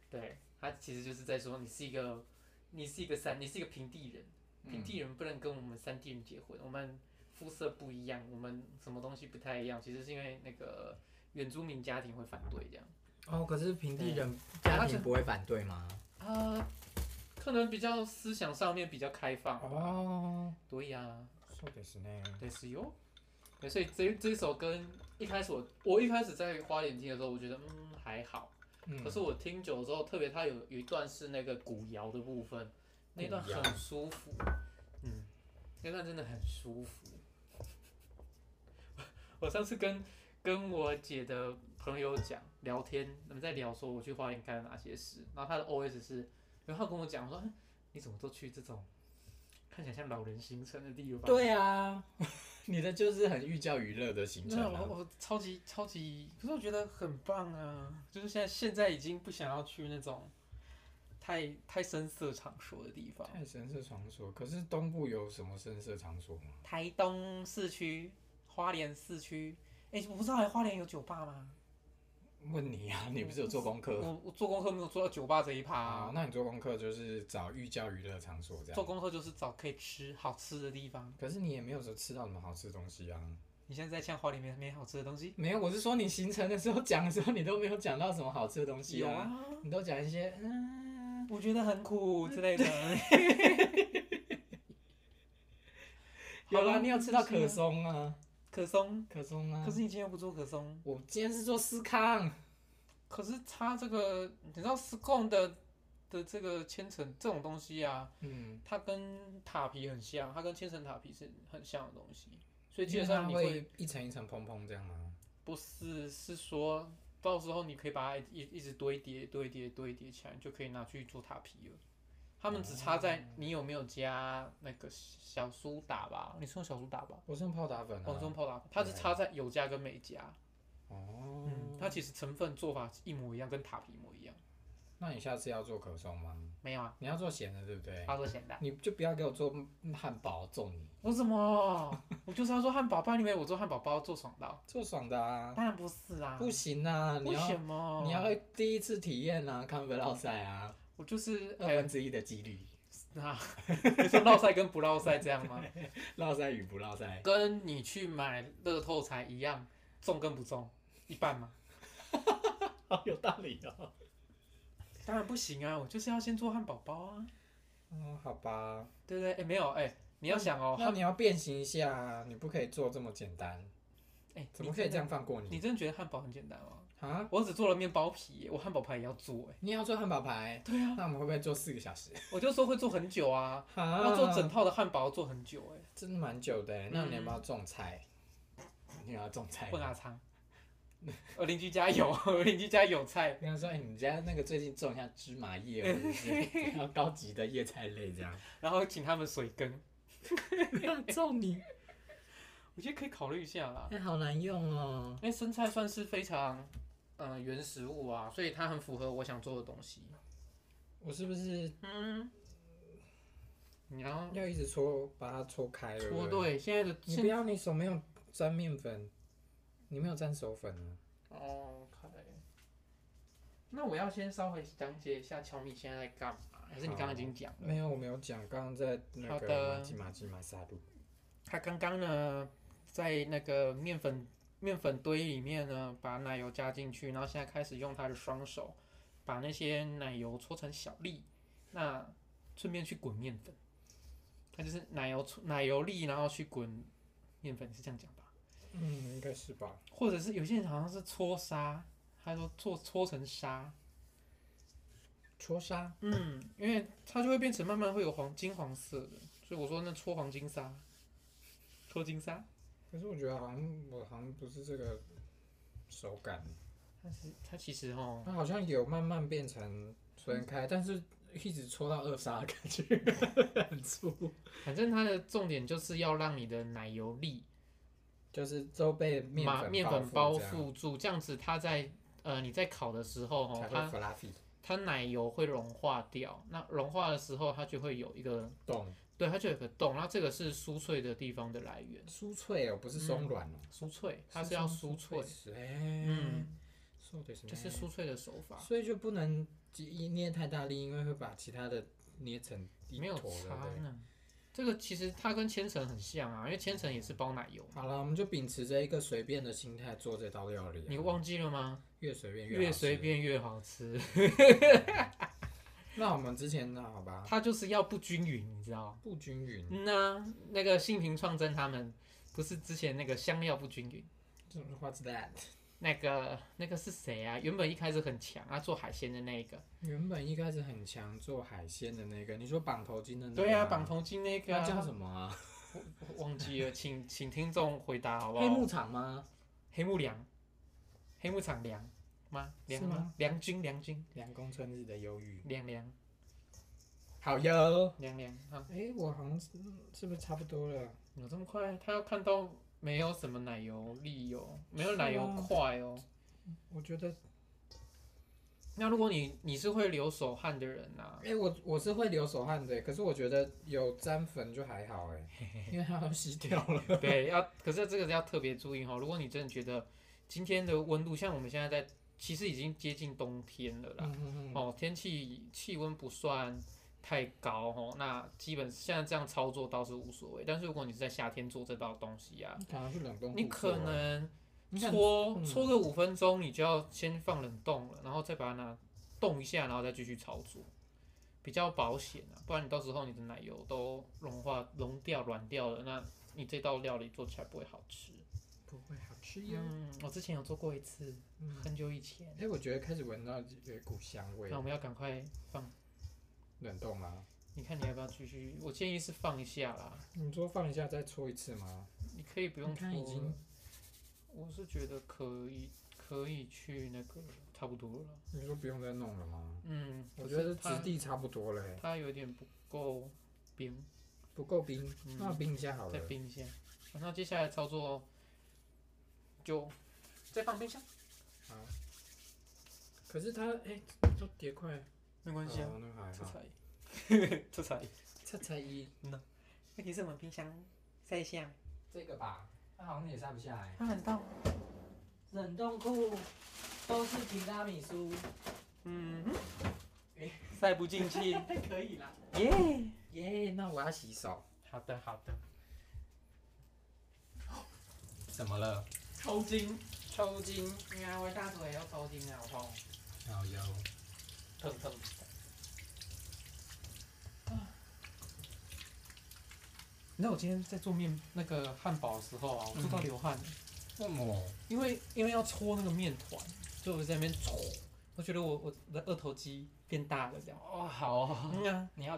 S1: 对，他其实就是在说你是一个，你是一个山，你是一个平地人，
S2: 嗯
S1: 平地人不能跟我们山地人结婚，我们肤色不一样，我们什么东西不太一样，其实是因为那个原住民家庭会反对这样。
S2: 哦，可是平
S1: 地
S2: 人
S1: 家庭
S2: 不会反对吗？
S1: 啊、可能比较思想上面比较开放。
S2: 哦，
S1: 对呀、
S2: そうですね。
S1: 对是哟。对，所以这这首歌一开始我我一开始在花莲听的时候，我觉得嗯还好。
S2: 嗯
S1: 可是我听久了之后，特别它有有一段是那个古谣的部分，那段
S2: 古谣
S1: 很舒服，嗯，那段真的很舒服。我上次跟跟我姐的朋友讲聊天，我们在聊说我去花莲干了哪些事，然后她的 OS 是，然后她跟我讲说，哎你怎么都去这种看起来像老人行程的地方？
S2: 对啊， 你的就是很寓教于乐的行程、
S1: 那
S2: 啊。
S1: 我我超级超级，可是我觉得很棒啊！就是现在现在已经不想要去那种太太深色场所的地方。
S2: 太神社场所，可是东部有什么神社场所吗？
S1: 台东市区、花莲市区，哎、哎、我不知道花莲有酒吧吗？
S2: 问你 啊，你不是有做功课
S1: 我我做功课没有做到酒吧这一趴、
S2: 啊？
S1: 啊，
S2: 那你做功课就是找寓教于乐场所这
S1: 做
S2: 样。
S1: 功课就是找可以吃好吃的地方。
S2: 可是你也没有说吃到什么好吃的东西啊。
S1: 你现在在像花莲没没好吃的东西？
S2: 没有，我是说你行程的时候讲的时候，你都没有讲到什么好吃的东西
S1: 有
S2: 啊。
S1: 啊，
S2: 你都讲一些嗯，
S1: 我觉得很苦之类的。
S2: 有
S1: 好
S2: 啦，
S1: 啦
S2: 你有吃到可松啊，
S1: 可松，
S2: 可松啊。
S1: 可是你今天又不做可松，
S2: 我今天是做司康，
S1: 可是它这个你知道失控的的这个千层这种东西啊，
S2: 嗯，
S1: 它跟塔皮很像，它跟千层塔皮是很像的东西，所
S2: 所
S1: 以基本上你会
S2: 会一层一层砰砰这样啊吗？
S1: 不是是说到时候你可以把它一一直堆叠堆叠堆叠起来，你就可以拿去做塔皮了。他们只差在你有没有加那个小苏打吧？你是用小苏打吧？
S2: 我是用泡打粉
S1: 哦，你是用
S2: 啊。
S1: 泡打，它只差在有加跟没加。
S2: 哦，
S1: 嗯，它其实成分做法一模一样，跟塔皮一模一样。
S2: 那你下次要做可松吗？
S1: 没有啊，
S2: 你要做咸的，对不对？
S1: 他说咸蛋。
S2: 你就不要给我做汉堡揍你，
S1: 我怎么？我就是要做汉堡包，你以为我做汉堡包做爽到？
S2: 做爽的啊！
S1: 当然不是啦，
S2: 不行啊，你
S1: 为什
S2: 要
S1: 么？
S2: 你要第一次体验啊，看不到赛啊，
S1: 我就是
S2: 二
S1: 哎
S2: 分之一的几率，
S1: 啊，你说绕赛跟不绕赛这样吗？
S2: 绕赛与不绕赛。
S1: 跟你去买乐透彩一样，中跟不中一半吗？
S2: 好有道理哦。
S1: 当然不行啊，我就是要先做汉堡包啊，
S2: 嗯，好吧。
S1: 对不对？哎，没有哎，你要想哦，
S2: 那
S1: 汉
S2: 你要变形一下啊，你不可以做这么简单，
S1: 哎，
S2: 怎么可以这样放过
S1: 你真的？你
S2: 你
S1: 真的觉得汉堡很简单吗？
S2: 啊？
S1: 我只做了面包皮耶，我汉堡排也要做哎。
S2: 你也要做汉堡排，
S1: 对啊，
S2: 那我们会不会做四个小时？
S1: 我就说会做很久啊，
S2: 啊
S1: 要做整套的汉堡要做很久哎。
S2: 真的蛮久的耶。欸那你有没有种菜？
S1: 嗯
S2: 你有要种菜
S1: 混
S2: 吗？
S1: 阿仓。我呃邻居家有， 我邻居家有菜，
S2: 跟他说：“哎、你们家那个最近种一下芝麻叶，或者 是比较高级的叶菜类这样。
S1: 然后请他们水耕，”
S2: 要种你，
S1: 我觉得可以考虑一下啦。
S2: 哎、好难用哦。
S1: 因为生菜算是非常，嗯、原食物啊，所以它很符合我想做的东西。
S2: 我是不是
S1: 嗯，你要
S2: 要一直搓，把它搓开了？
S1: 搓。哦对现在的
S2: 你不
S1: 现
S2: 要，你手没有沾面粉，你没有沾手粉啊。
S1: 哦，OK。那我要先稍微讲解一下乔米现在在干嘛，还是你刚刚已经讲了？
S2: 没有，我没有讲，刚刚在那
S1: 好
S2: 个
S1: 的
S2: 马吉马吉马萨路。
S1: 他刚刚呢，在那个面粉面粉堆里面呢，把奶油加进去，然后现在开始用他的双手把那些奶油搓成小粒，那顺便去滚面粉。他就是奶油搓奶油粒，然后去滚面粉，是这样讲吧？
S2: 嗯，应该是吧。
S1: 或者是有些人好像是搓沙，他说搓搓成沙，
S2: 搓沙，
S1: 嗯，因为它就会变成慢慢会有黄金黄色的，所以我说那搓黄金沙，搓金沙。
S2: 可是我觉得好像我好像不是这个手感，
S1: 但是它其实哦，
S2: 它好像有慢慢变成分开，但是一直搓到二沙的感觉 很粗，
S1: 反正它的重点就是要让你的奶油粒
S2: 就是都被面
S1: 嘛
S2: 粉
S1: 面粉包
S2: 这样
S1: 覆住，这样子它在呃你在烤的时候哦
S2: 才，会
S1: 它
S2: fluffy
S1: 它奶油会融化掉，那融化的时候它就会有一个
S2: 懂
S1: 对它就有个洞，那这个是酥脆的地方的来源，
S2: 酥脆哦，不是松软哦，
S1: 酥脆嗯它是要酥脆，
S2: 嗯，
S1: 嗯
S2: そうですね
S1: 就是酥脆的手法，
S2: 所以就不能一捏太大力，因为会把其他的捏成一
S1: 没有
S2: 坨
S1: 差
S2: 了。对
S1: 呢。这个其实它跟千层很像啊，因为千层也是包奶油，
S2: 好了，我们就秉持着一个随便的心态做这道料理啊、
S1: 你忘记了吗？
S2: 越随便好
S1: 越
S2: 吃
S1: 随。便越好吃，
S2: 那我们之前那好吧，
S1: 它就是要不均匀，你知道吗？
S2: 不均匀，
S1: 嗯呐、那个性平创真他们不是之前那个香料不均匀，
S2: 这种 what's that？
S1: 那个那个是谁啊？原本一开始很强啊，做海鲜的那一个。
S2: 原本一开始很强做海鲜的那个，你说绑头巾的那个、
S1: 对啊，绑头巾那个、
S2: 那叫
S1: 啊，
S2: 什么啊？
S1: 我忘记了，请请听众回答好不
S2: 黑
S1: 好？
S2: 牧场吗？
S1: 黑木梁，黑木场梁吗？梁
S2: 是吗
S1: 吗？梁军，梁军，
S2: 凉宫春日的忧郁。
S1: 梁梁
S2: 好哟。
S1: 梁梁啊！
S2: 哎、我好像是是不是差不多了？
S1: 有这么快？他要看到没有什么奶油粒哦，没有奶油
S2: 是啊
S1: 块哦。
S2: 我觉得
S1: 那如果你你是会流手汗的人啊，
S2: 哎、我我是会流手汗的，可是我觉得有沾粉就还好 哎，因为它都吸掉了。
S1: 对，要可是这个要特别注意哦。如果你真的觉得今天的温度，像我们现在在，其实已经接近冬天了
S2: 嗯
S1: 啦。哦，天气气温不算太高哦，那基本现在这样操作倒是无所谓。但是如果你是在夏天做这道东西啊，
S2: 你可能去冷冻库做啊，
S1: 你可能
S2: 你可能
S1: 搓
S2: 嗯
S1: 搓个五分钟，你就要先放冷冻了，然后再把它拿冻一下，然后再继续操作，比较保险啊。不然你到时候你的奶油都融化、融掉、软掉了，那你这道料理做起来不会好吃。
S2: 不会好吃呀。
S1: 嗯，我之前有做过一次，
S2: 哎嗯
S1: 很久以前。
S2: 哎、我觉得开始闻到有一股香味
S1: 那，我们要赶快放，
S2: 冷冻吗？
S1: 你看你要不要继续？我建议是放一下啦，
S2: 你说放一下再搓一次吗？
S1: 你可以不用
S2: 你
S1: 搓
S2: 看已经
S1: 了。我是觉得可以，可以去那个差不多了。
S2: 你说不用再弄了吗？
S1: 嗯，
S2: 我
S1: 可
S2: 觉
S1: 是
S2: 得
S1: 它
S2: 质地差不多了欸，
S1: 它有点不够冰，
S2: 不够冰，
S1: 嗯
S2: 那冰一下好
S1: 再
S2: 了。
S1: 冰一下。然后接下来操作就再放冰箱，
S2: 可是它哎、都叠块，
S1: 没关系啊，
S2: 哦，那还
S1: 这
S2: 好。
S1: 才 这才
S2: 这才一
S1: 问题是我们冰箱塞下，
S2: 这个吧，它好像也塞不下来。
S1: 它很大。
S2: 冷冻库都是提拉米苏，
S1: 嗯，塞不进去，
S2: 可以啦。
S1: 耶、
S2: 耶、那我要洗手。
S1: 好的，好的。
S2: 怎么了？
S1: 抽筋，抽筋，啊，我大腿要抽筋啊，好痛，
S2: 好油。
S1: 疼疼。啊你知道我今天在做面那个汉堡的时候啊，我做到流汗了，
S2: 为什么？
S1: 因为因为要搓那个面团，所以我在那边搓，我觉得我我的二头肌变大了这样。
S2: 哦，好哦，
S1: 嗯啊，
S2: 你要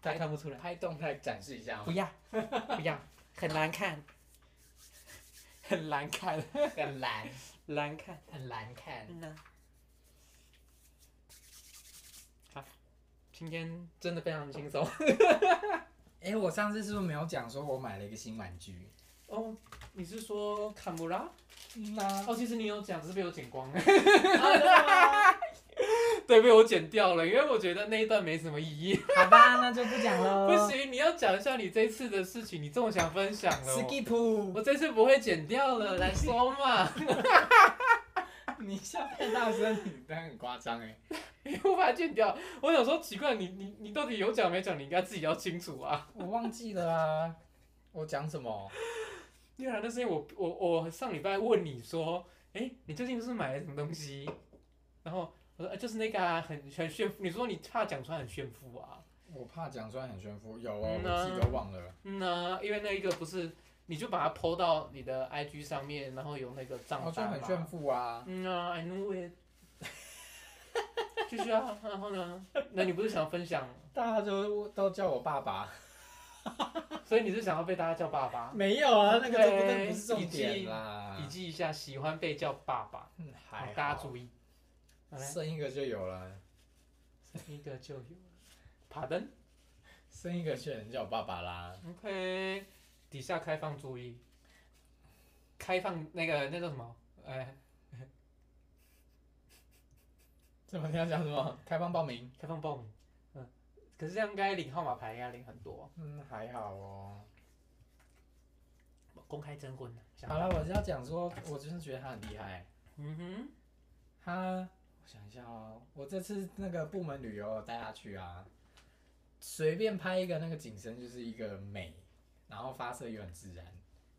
S1: 大家看不出来。
S2: 拍动态展示一 下
S1: 不要， 不要，很难看，很难看，
S2: 很蓝，
S1: 难看。
S2: 很蓝看。
S1: 嗯呐。好，今天真的非常轻松。
S2: 哎、我上次是不是没有讲说我买了一个新玩具？
S1: 哦，你是说坎布拉？
S2: 嗯
S1: 啊
S2: 那
S1: 哦，其实你有讲，只是被我剪光了。 对，被我剪掉了，因为我觉得那一段没什么意义。
S2: 好吧，那就不讲了。
S1: 不行，你要讲一下你这次的事情，你这么想分享了哦。
S2: ，skip。
S1: 我这次不会剪掉了，来说嘛。
S2: 你笑太大声，你但很夸张哎。
S1: 无法剪掉。我想说奇怪，你你你到底有讲没讲？你应该自己要清楚啊。
S2: 我忘记了啊，我讲什么？
S1: 因为那是因为我我我上礼拜问你说，哎、你最近是不是买了什么东西？然后我说，呃就是那个、啊、很很炫富。你说你怕讲出来很炫富啊？
S2: 我怕讲出来很炫富，有哦，
S1: 嗯啊
S2: 我自己都忘了。
S1: 嗯呐、因为那一个不是，你就把它 PO 到你的 IG 上面，然后有那个
S2: 我
S1: 账
S2: 哦就
S1: 单
S2: 很炫
S1: 嘛。
S2: 富啊，
S1: 嗯啊，I know it 。继续啊，然后呢？那你不是想分享，
S2: 大家都都叫我爸爸。
S1: 所以你是想要被大家叫爸爸？
S2: 没有啊，那个这不
S1: 对
S2: 那不是重点
S1: 笔
S2: 啦。
S1: 记一下，喜欢被叫爸爸。
S2: 嗯
S1: 嗯好，
S2: 还
S1: 大家
S2: 好
S1: 注意，好来，
S2: 生一个就有了，
S1: 一个就有了。Pardon，OK，、
S2: 生一个就能叫我爸爸啦。
S1: OK，底下开放注意，开放那个那叫什么？哎，
S2: 怎么你要讲什么？开放报名？
S1: 开放报名。嗯，可是这样应该领号码牌应该领很多，
S2: 嗯，还好哦。
S1: 公开征婚呢。想
S2: 好了，我是要讲说，我真的觉得他很厉害。
S1: 嗯哼，
S2: 他，我想一下哦，我这次那个部门旅游带他去啊，随便拍一个那个景深就是一个美，然后发射又很自然。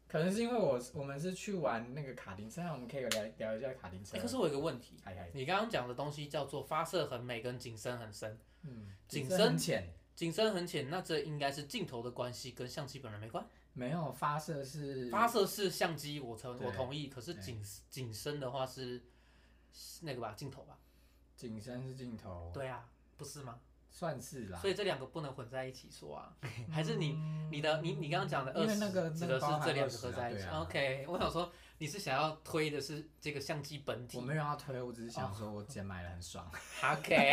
S2: 可能是因为我我们是去玩那个卡丁车，那我们可以聊聊一下卡丁车
S1: 欸。可是我有个问题，
S2: 嗨嗨，
S1: 你刚刚讲的东西叫做发射很美跟景深很深，
S2: 嗯，
S1: 景
S2: 深
S1: 深
S2: 很浅，
S1: 景深很浅，那这应该是镜头的关系，跟相机本人没关。
S2: 没有发射是
S1: 发射是相机，我承
S2: 对
S1: 我同意，可是
S2: 对
S1: 景景深的话是是那个吧，镜头吧。
S2: 景深是镜头，
S1: 对啊，不是吗？
S2: 算哦是啊啦嗯
S1: 所。以这两个不能混在一起说 啊，还是你你的你你刚刚讲的
S2: 因
S1: 二
S2: 为
S1: 十
S2: 那个
S1: 指
S2: 那个
S1: 的是
S2: 包含
S1: 这两个
S2: 20
S1: 合在一起。
S2: 啊对啊
S1: OK，我想说你是想要推的是这个相机本体
S2: 我没有要推，我只是想说
S1: 哦
S2: 我姐买了很爽。
S1: ，OK，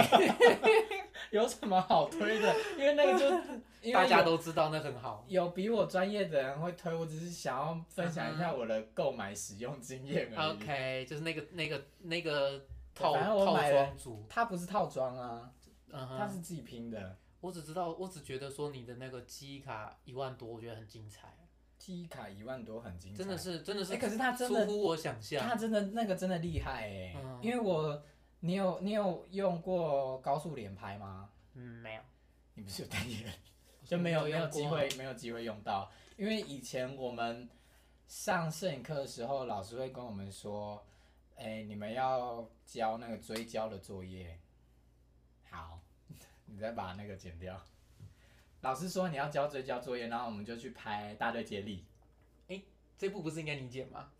S2: 有什么好推的？因为那个就 因为
S1: 大家
S2: 有
S1: 都知道那很好。
S2: 有比我专业的人会推，我只是想要
S1: 嗯
S2: 分享一下我的购买使用经验而已。
S1: OK，就是那个那个那个套
S2: 反正我
S1: 套
S2: 买了
S1: 装组，
S2: 它不是套装啊，
S1: 嗯
S2: 它
S1: 哼，
S2: 是自己拼的。
S1: 我只知道，我只觉得说你的那个记忆卡一万多，我觉得很精彩，
S2: 记忆卡一万多很精彩，
S1: 真的是真的是
S2: 哎，可是它真
S1: 出
S2: 的
S1: 乎我想象
S2: 他，真的那个真的厉害哎、
S1: 嗯
S2: 因为我你有你有用过高速连拍吗？
S1: 嗯，没有，
S2: 你不是有代言人，就没有没有
S1: 用过
S2: 机会没有机会用到，因为以前我们上摄影课的时候，老师会跟我们说，哎、你们要交那个追焦的作业。好， 你再把那个剪掉。老师说你要交追焦作业，然后我们就去拍大队接力。
S1: 这部不是应该你剪吗？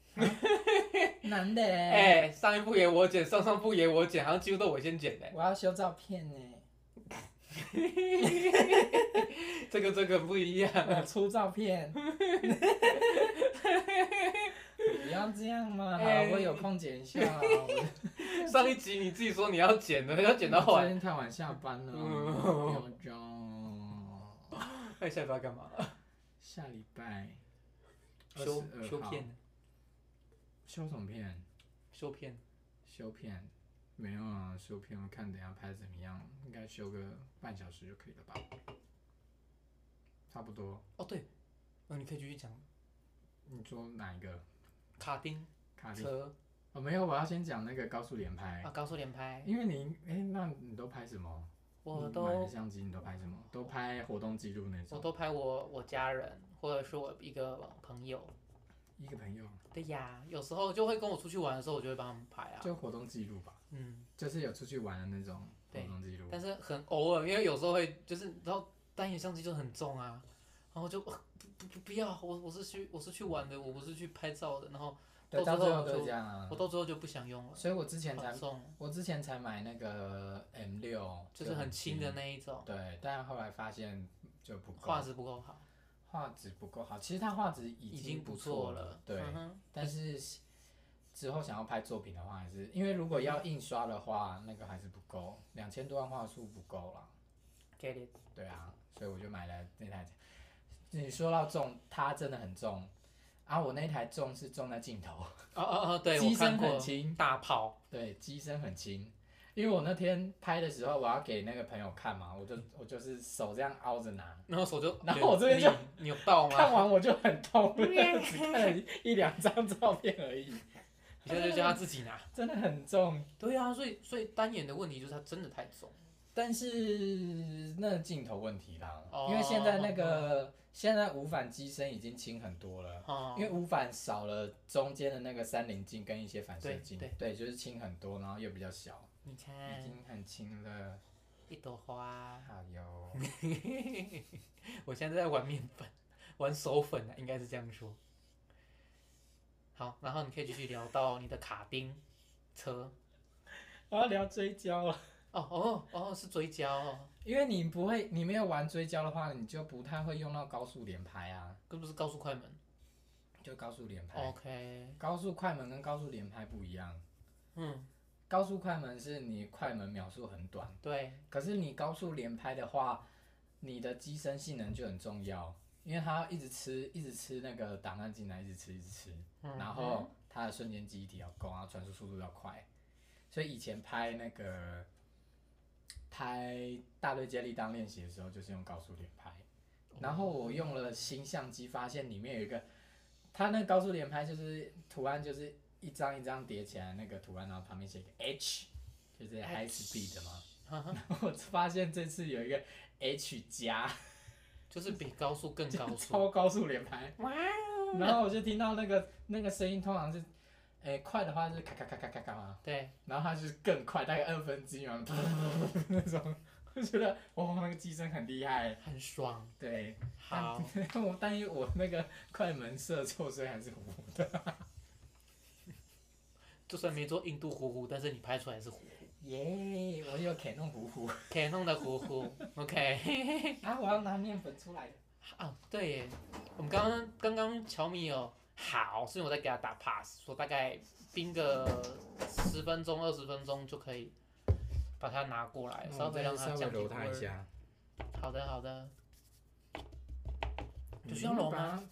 S2: 难的、欸，
S1: 哎、上一部也我剪，上上部也我剪，好像几乎都我先剪的、
S2: 我要修照片呢、
S1: 这个这个不一 样，
S2: 我出照片， 不要这样嘛！
S1: 哎
S2: 我有空剪一下啊。
S1: 上一集你自己说你要剪的，要剪到
S2: 嗯
S1: 哎
S2: 我
S1: 完
S2: 最，近太晚下班了，
S1: 嗯
S2: 不要这样。
S1: 那
S2: 嗯
S1: 你下一步要干嘛？
S2: 下礼拜
S1: 修
S2: 22
S1: 修
S2: 号
S1: 片，
S2: 修什么片？
S1: 修片，
S2: 修片没有啊，修片我看等一下拍怎么样，应该修个半小时就可以了吧？差不多。
S1: 哦对，哦你可以继续讲，
S2: 你说哪一个？
S1: 卡丁
S2: 卡丁？哎
S1: 车
S2: 哦，没有，我要先讲那个高速连拍
S1: 啊，，高速连拍，
S2: 因为你哎、那你都拍什么？
S1: 我
S2: 你嗯买的
S1: 都
S2: 相机你都拍什么？都拍活动记录那
S1: 我
S2: 种。
S1: 都拍我我家人或者是我一个朋友，
S2: 一个朋友
S1: 对呀，有时候就会跟我出去玩的时候，我就会帮他们拍啊，
S2: 就活动记录吧，
S1: 嗯，
S2: 就是有出去玩的那种活动记录。
S1: 但是很偶尔，因为有时候会就是你知道单眼相机就很重啊，然后就、 呃不不不不要，我我是去我是去玩的，我不是去拍照的，然后
S2: 对，
S1: 到
S2: 到
S1: 最
S2: 最
S1: 后
S2: 后都
S1: 就是
S2: 这样啊
S1: 我。到最后就不想用了，
S2: 所以我之前才
S1: 很，重，
S2: 我之前才买那个 M 六，
S1: 就是很轻的。那一种，
S2: 对，但后来发现就不够，
S1: 画质不够好，
S2: 画质不够好。其实它画质已
S1: 已经
S2: 不
S1: 错
S2: 了，对。
S1: 嗯哼
S2: 但是之后想要拍作品的话，还是因为如果要印刷的话，那个还是不够，两千多万画素不够啦。
S1: ，get it，
S2: 对啊，所以我就买了那台。你说到重，它真的很重啊！我那台重是重在镜头，
S1: 哦哦哦，对，
S2: 机
S1: 我看
S2: 身
S1: 过
S2: 很轻，
S1: 大炮，
S2: 对，机身很轻。因为我那天拍的时候，我要给那个朋友看嘛，我就我就是手这样凹着拿，
S1: 然后手就，
S2: 然后我这边就
S1: 你你有到
S2: 看
S1: 吗？
S2: 完我就很 痛，只看了一两张照片而已，
S1: 你现在就叫他自己拿。
S2: 真的很重。
S1: 对啊，所以所以单眼的问题就是它真的太重。
S2: 但是那镜头问题啦，
S1: 哦嗯
S2: 因为现在那个现在无反机身已经轻很多了。
S1: 哦
S2: 因为无反少了中间的那个三棱镜跟一些反射
S1: 对
S2: 镜，
S1: 对嗯
S2: 就是轻很多，然后又比较小，
S1: 你
S2: 已
S1: 看
S2: 经很轻了。
S1: 一朵花，
S2: 好哟，
S1: 我现在在玩面粉，玩手粉啊，应该是这样说。好，然后你可以继续聊到你的卡丁车。
S2: 我要聊追焦了，
S1: 哦哦哦，是追焦哦，
S2: 因为你不会，你没有玩追焦的话，你就不太会用到高速连拍啊，
S1: 跟不是高速快门。
S2: 就高速连
S1: 哦
S2: 拍。
S1: OK，
S2: 高速快门跟高速连拍不一样，
S1: 嗯，
S2: 高速快门是你快门秒数很短，
S1: 对，
S2: 可是你高速连拍的话，你的机身性能就很重要，因为它要一直吃，一直吃那个档案进来，一直吃，一直吃。
S1: 嗯
S2: 然后它的瞬间记忆体要够，然后传输速度要快。所以以前拍那个拍《大队接力》当练习的时候，就是用高速连拍。然后我用了新相机，发现里面有一个，它那个高速连拍就是图案就是一张一张叠起来那个图案，然后旁边写一个 H，就是 high speed 的嘛。然后我发现这次有一个 H 加，
S1: 就是比高速更高速。
S2: 超高速连拍。
S1: 哇哦
S2: 然后我就听到那个那个声音，通常是，诶、快的话就是咔咔咔咔咔咔嘛，
S1: 对，
S2: 然后它就是更快，大概二分之一秒那种，我觉得哇，那个机身很厉害。
S1: 很爽。
S2: 对，但
S1: 好，
S2: 我但因为我那个快门射错，所以还是糊的。
S1: 就算没做印度糊糊，但是你拍出来是糊糊
S2: 耶、我有 Canon 糊糊
S1: ，Canon 的糊糊。OK，
S2: 啊！我要拿面粉出来。
S1: 啊，对耶，我们刚刚刚刚乔米有好，所以我在给他打 pass，说大概冰个十分钟二十分钟就可以把它拿过来，稍微让它降低温。
S2: 下。
S1: 好的好的，有需要揉吗？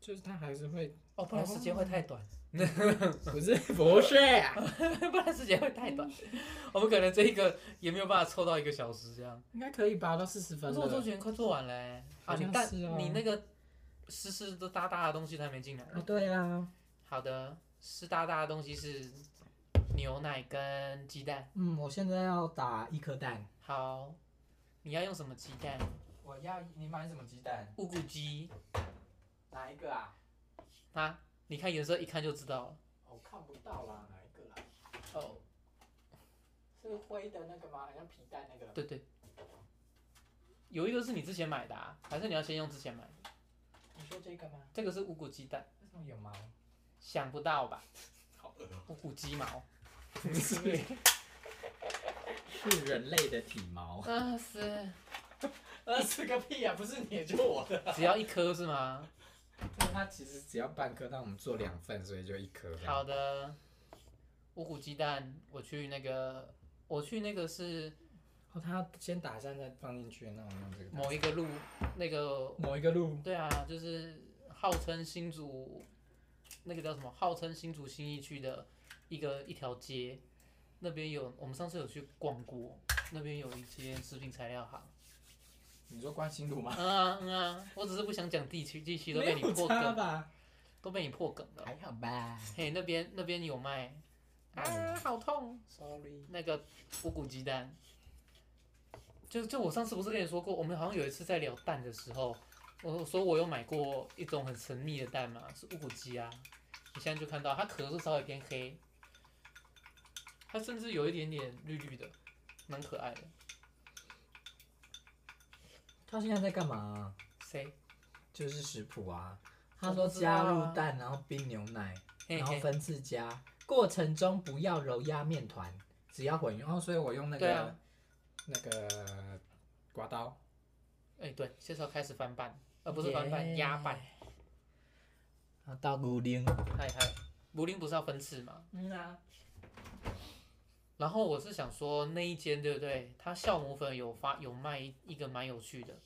S2: 就是它还是会，
S1: 哦，不然时间会太短。
S2: 不是不是啊，
S1: 哦不然时间会太 短。我们可能这一个也没有办法凑到一个小时这样。
S2: 应该可以吧？到四十
S1: 可
S2: 分
S1: 是我周
S2: 了。
S1: 杰伦快做完了欸、
S2: 好
S1: 你
S2: 像
S1: 但
S2: 是啊
S1: 你那个湿湿的哒哒的东西它还没进来。
S2: 哦，对啊，
S1: 好的，湿哒哒的东西是牛奶跟鸡蛋。
S2: 嗯，我现在要打一颗蛋。
S1: 好，你要用什么鸡蛋？
S2: 我要你买什么鸡蛋？
S1: 乌骨鸡
S2: 哪一个啊？哦
S1: 啊？你看颜色一看就知道了。
S2: 我、看不到啦，哪一个啦？
S1: 哦，
S2: 是灰的那个吗？好像皮蛋那个。
S1: 对对，有一个是你之前买的、啊，还是你要先用之前买的？
S2: 你说这个吗？
S1: 这个是乌骨鸡蛋，
S2: 为什么有 毛？
S1: 想不到吧？
S2: 好
S1: 乌骨鸡毛。
S2: 是 是人类的体 毛。
S1: 啊是，
S2: 呃，是个屁呀、不是你就我的。
S1: 只要一颗是吗？
S2: 它其实只要半颗，但我们做两份，所以就一颗。
S1: 好，的，五谷鸡蛋，我去那个，我去那个是
S2: 哦，它要先打散再放进去，那我用这个。
S1: 某一个路，那个
S2: 某一个路，
S1: 对啊，就是号称新竹那个叫什么，号称新竹新义区的一个一条街，那边有我们上次有去逛过，那边有一间食品材料行。
S2: 你说关心路吗？
S1: 嗯啊嗯啊，我只是不想讲地区，地区都被你
S2: 没有
S1: 破
S2: 差
S1: 梗，
S2: 吧？
S1: 都被你破梗了。
S2: 还好吧
S1: 嘿，那边那边有卖，啊，好痛。
S2: ？Sorry。
S1: 那个五谷鸡蛋。就就我上次不是跟你说过，我们好像有一次在聊蛋的时候，我说我有买过一种很神秘的蛋嘛，是乌骨鸡啊。你现在就看到它壳是稍微偏黑，它甚至有一点点绿绿的，蛮可爱的。
S2: 他现在在干嘛、啊
S1: 谁？
S2: 就是食谱啊。
S1: 我
S2: 他
S1: 不
S2: 说
S1: 知道啊哎
S2: 加入蛋，然后冰牛奶，
S1: 嘿
S2: 然后
S1: 嘿，
S2: 分次加，过程中不要揉压面团，只要混用。哦，所以我用那
S1: 对
S2: 个、
S1: 啊
S2: 那个刮刀，
S1: 哎、对，这时候开始翻拌，呃，不是翻拌，
S2: 耶
S1: 压拌。啊
S2: 然后倒牛奶。
S1: 嗨嗨，母林不是要分次吗？
S2: 嗯啊，
S1: 然后我是想说那一间对不对？它酵母粉有发有卖一个蛮有趣的，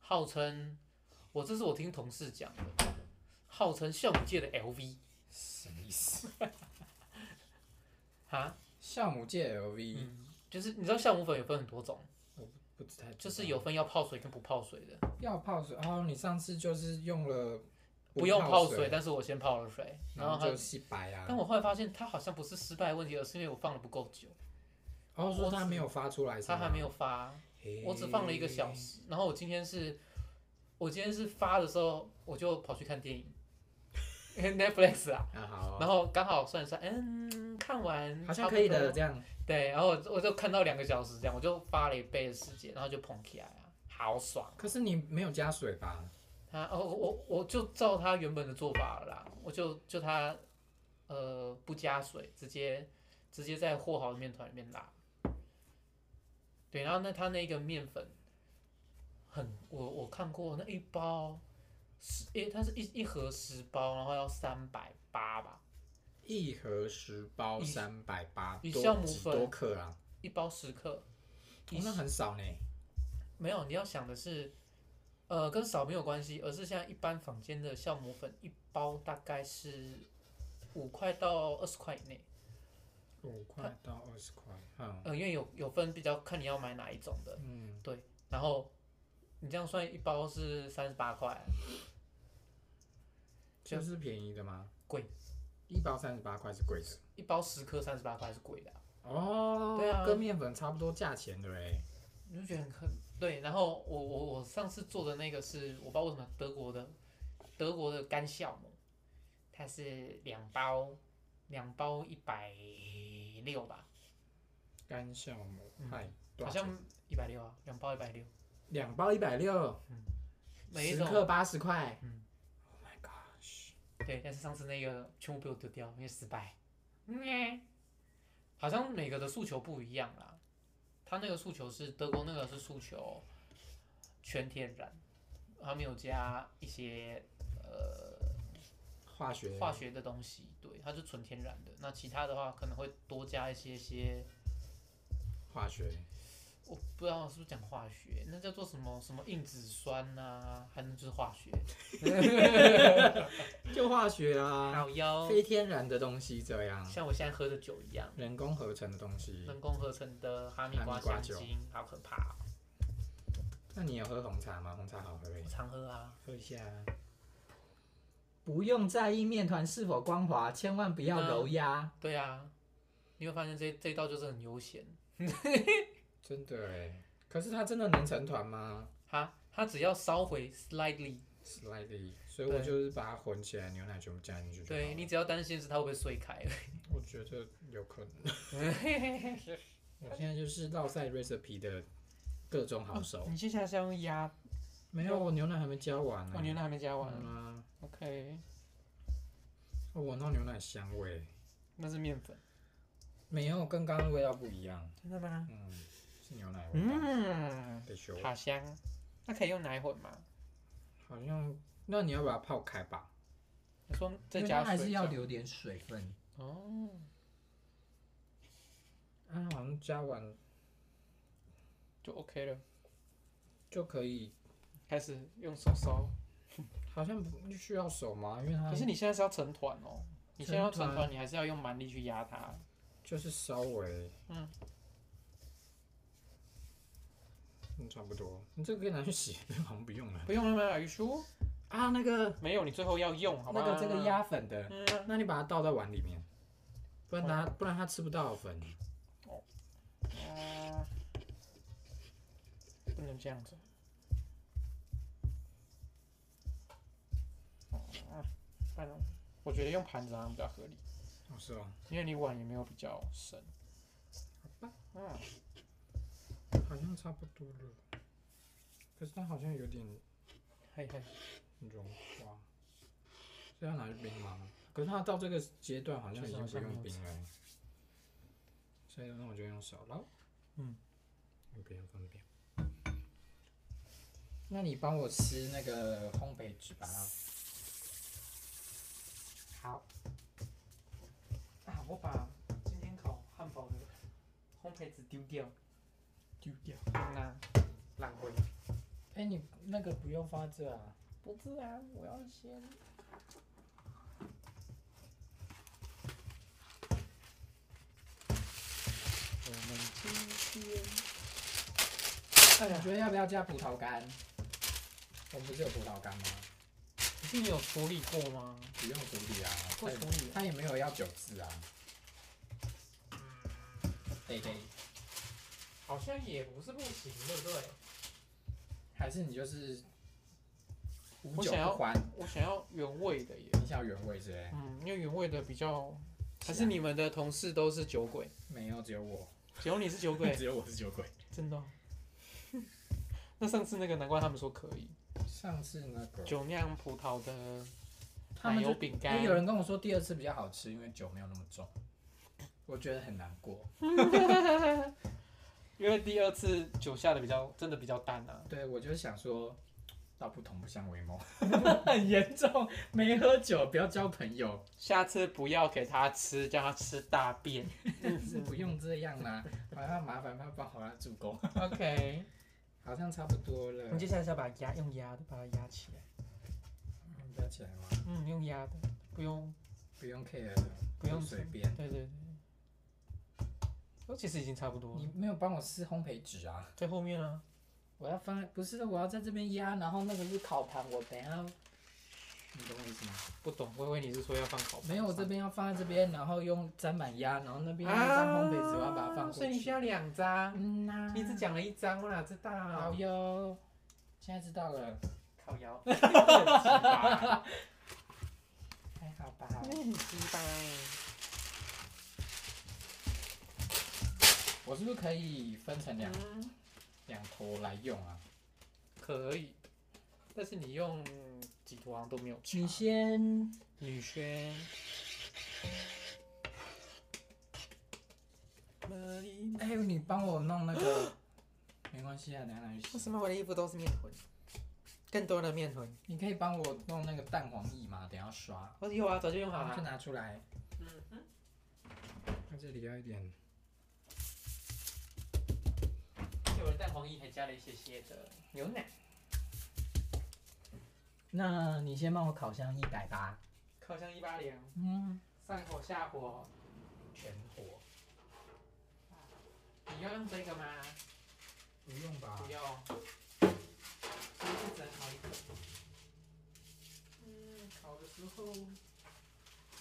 S1: 号称我这是我听同事讲的，号称酵母界的 LV
S2: 什么意思？
S1: 哈，
S2: 酵母界 LV，、
S1: 嗯，就是你知道酵母粉有分很多种，
S2: 不知太知道
S1: 就是有分要泡水跟不泡水的，
S2: 要泡水。哦，你上次就是用了
S1: 不用泡水，
S2: 水，
S1: 但是我先泡了水，然
S2: 然
S1: 后
S2: 后就
S1: 它，
S2: 洗白啊。
S1: 但我后来发现它好像不是失败问题，而是因为我放的不够久，
S2: 哦，说
S1: 我
S2: 它
S1: 只
S2: 没有发出来，
S1: 它还没有发，
S2: 有
S1: 我只放了一个小。时，然后我今天是，我今天是发的时候，我就跑去看电影 ，Netflix 啊，
S2: 啊好
S1: 然
S2: 啊，
S1: 后刚好算一算，嗯，看完
S2: 好
S1: 差
S2: 像
S1: 不
S2: 可以
S1: 多
S2: 的，这样。
S1: 对，然后我就我就看到两个小时这样，我就发了一倍的时间，然后就捧起来啊，好爽。
S2: 可是你没有加水吧？
S1: 他哦，我我就照他原本的做法了啦，我就就他呃不加水，直接直接在和好的面团里面拉。对，然后那他那个面粉很，我我看过那一包十，诶，它是一一盒十包，然后要三百八吧，
S2: 一盒十包
S1: 以
S2: 三百八，
S1: 以
S2: 多
S1: 酵母
S2: 几
S1: 粉
S2: 多克啊？
S1: 一包十克。以
S2: 哦那很少呢。
S1: 没有，你要想的是，呃，跟少没有关系，而是像一般坊间的酵母粉，一包大概是五块到二十块以内。
S2: 五块到二十块，嗯
S1: 呃，因为有有分比较看你要买哪一种的，
S2: 嗯，
S1: 然后你这样算一包是三十八块，啊
S2: 这是便宜的吗？
S1: 贵，
S2: 一包三十八块是贵的
S1: 一包十颗三十八块是贵的啊、
S2: 哦，
S1: 对啊
S2: 跟面粉差不多价钱的嘞。
S1: 你就觉得很很对。然后我我我上次做的那个是我不知道为什么德国的德国的干酵母，它是两包两包一百六吧，
S2: 干酵母
S1: 嗯，
S2: 嗨，多
S1: 好
S2: 少钱
S1: 像一百六啊，两包一百六，
S2: 两包一百六，
S1: 每一
S2: 十
S1: 种
S2: 克八十块。
S1: 嗯
S2: Oh my gosh！
S1: 对，但是上次那个全部被我丢掉，因为失败。嗯，好像每个的诉求不一样啦。他那个诉求是德国那个是诉求全天然，他没有加一些呃
S2: 化学
S1: 化学的东西，对，它是纯天然的。那其他的话可能会多加一些些
S2: 化学
S1: 我不知道是不是讲化学，那叫做什么什么硬脂酸呐、还能就是化学，
S2: 就化学啊，
S1: 好腰，
S2: 非天然的东西这样，
S1: 像我现在喝的酒一样，
S2: 人工合成的东西。
S1: 人工合成的哈密
S2: 哈密
S1: 瓜
S2: 瓜
S1: 香
S2: 酒
S1: 精，好可怕哦、
S2: 那你有喝红茶吗？红茶好喝耶欸
S1: 我常喝啊，
S2: 喝一下啊。不用在意面团是否光滑，千万不要揉压。
S1: 对啊，你会发现这这一道就是很悠闲，
S2: 真的哎，可是它真的能成团吗
S1: 哈，它只要稍微 slightly，
S2: ？Slightly，所以我
S1: 对
S2: 就是把它混起来，牛奶全部加进去就好
S1: 对
S2: 了
S1: 你只要担心是它会不会碎开，
S2: 我觉得有可能。 我现在就是烙赛 recipe 的各种好 手。
S1: 你接下来是要用压，哦
S2: 没有，我牛奶还没加完呢、
S1: 我牛奶还没加完、
S2: 嗯啊，
S1: o k
S2: 我闻到牛奶香味。
S1: 那是面粉，
S2: 没有，跟刚刚的味道不一样。
S1: 真的吗？
S2: 嗯，是牛奶味道。
S1: 嗯，
S2: 得修。
S1: 好香，那可以用奶混吗？
S2: 好像，那你要把它泡开吧？
S1: 你说再
S2: 因为
S1: 加
S2: 它还
S1: 水
S2: 是要
S1: 就
S2: 留点水分。
S1: 哦，
S2: 嗯，好像加完
S1: 就 OK 了。
S2: 就可以，
S1: 开始用手烧，
S2: 好像不需要手吗？因为它
S1: 可是你现在是要成团哦，你现在要嗯成
S2: 成
S1: 团，
S2: 团
S1: 你还是要用蛮力去压它。
S2: 就是稍微，
S1: 嗯
S2: 嗯，差不多。你这个可以拿去洗，好像不用了
S1: 不用了吗？are you sure？
S2: 啊。那个
S1: 没有，你最后要用，好吧？
S2: 那个这个，压粉的，
S1: 嗯，
S2: 那你把它倒在碗里面，不然它不然它吃不到粉。
S1: 啊不能这样子。啊，算了，我觉得用盘子好像比较合理，
S2: 哦，是哦，
S1: 因为你碗也没有比较深。
S2: 吧
S1: 嗯，
S2: 好像差不多了。可是它好像有点
S1: 嘿嘿，
S2: 融化，是要拿去冰吗？可是它到这个阶段好像已经不用冰了，所以那我就用手捞。
S1: 嗯，
S2: 不要方便。那你帮我吃那个烘焙纸吧。
S1: 好。啊，我把今天烤汉堡的烘焙纸丢掉，
S2: 丢掉。
S1: 那浪费。
S2: 哎、你那个不用发这啊。
S1: 不是啊，我要先。
S2: 我们
S1: 今天，哎
S2: 你
S1: 呀，
S2: 觉得要不要加葡萄干？我们不是有葡萄干吗？
S1: 可是你有处理过吗？
S2: 不用处理啊，
S1: 会处理啊
S2: 它也没有要酒渍啊。对对，
S1: 嗯好像也不是不行，对不对？
S2: 还是你就是无
S1: 我
S2: 酒
S1: 想要
S2: 不欢，
S1: 我想要原味的耶。
S2: 你想要原味之类？
S1: 嗯，因为原味的比较，还是啊你们的同事都是酒鬼，
S2: 没有，只有我，
S1: 只有你是酒鬼，
S2: 只有我是酒鬼。
S1: 真的哦、 那上次那个，难怪他们说可以
S2: 上次那个
S1: 酒酿葡萄的
S2: 他
S1: 奶
S2: 们
S1: 油
S2: 就
S1: 饼
S2: 因
S1: 干
S2: 为，有人跟我说第二次比较好吃，因为酒没有那么重，我觉得很难过。
S1: 因为第二次酒下的比较真的比较淡啊。
S2: 对，我就想说，道不同不相为 谋，很严重。没喝酒不要交朋友，
S1: 下次不要给他吃，叫他吃大便。
S2: 是不用这样啦、好像麻烦他帮我来助攻，
S1: OK，
S2: 好像差不多了。
S1: 你接下来是要把它压用压的把它压起来。
S2: 嗯不要起来吗？
S1: 嗯，用压的，不用
S2: 不用 care 的，
S1: 不用
S2: 随便。
S1: 对对对，哦，其实已经差不多
S2: 你
S1: 了，
S2: 没有帮我撕烘焙纸啊！
S1: 在后面啊。
S2: 我要放，不是，我要在这边压，然后那个是烤盘，我等一下，你懂我意思吗？
S1: 不懂，我以为你是说要放烤盘上。
S2: 没有，我这边要放在这边，然后用砧板压，然后那边有一张烘焙纸，我要把它放
S1: 啊所以
S2: 过
S1: 你需
S2: 去。
S1: 要两张，
S2: 嗯呐、
S1: 你只讲啊了一张，我哪知道？
S2: 好哟，现在知道了，
S1: 烤 窑，
S2: 还好吧？
S1: 很鸡巴
S2: 我是不是可以分成两
S1: 嗯，
S2: 两坨来用啊？
S1: 可以，但是你用几坨好像都没有差。
S2: 你先，
S1: 女轩。
S2: 哎呦，你帮我弄那个， 没关系啊，等一下拿去洗
S1: 为。什么我的衣服都是面臀？更多的面臀，
S2: 你可以帮我弄那个蛋黄液吗？等一下刷，
S1: 我有啊，早就用好了。
S2: 就拿出来。
S1: 嗯
S2: 那这里要一点，
S1: 有有人蛋黄衣还加了一些些的牛奶，
S3: 那你先帮我烤箱一百八。
S1: 烤箱一八零，
S3: 嗯，
S1: 上火下火，
S3: 全火。
S1: 你要用这个吗？
S3: 不用吧
S1: 不用，所以就只能烤一个。嗯，烤的时候，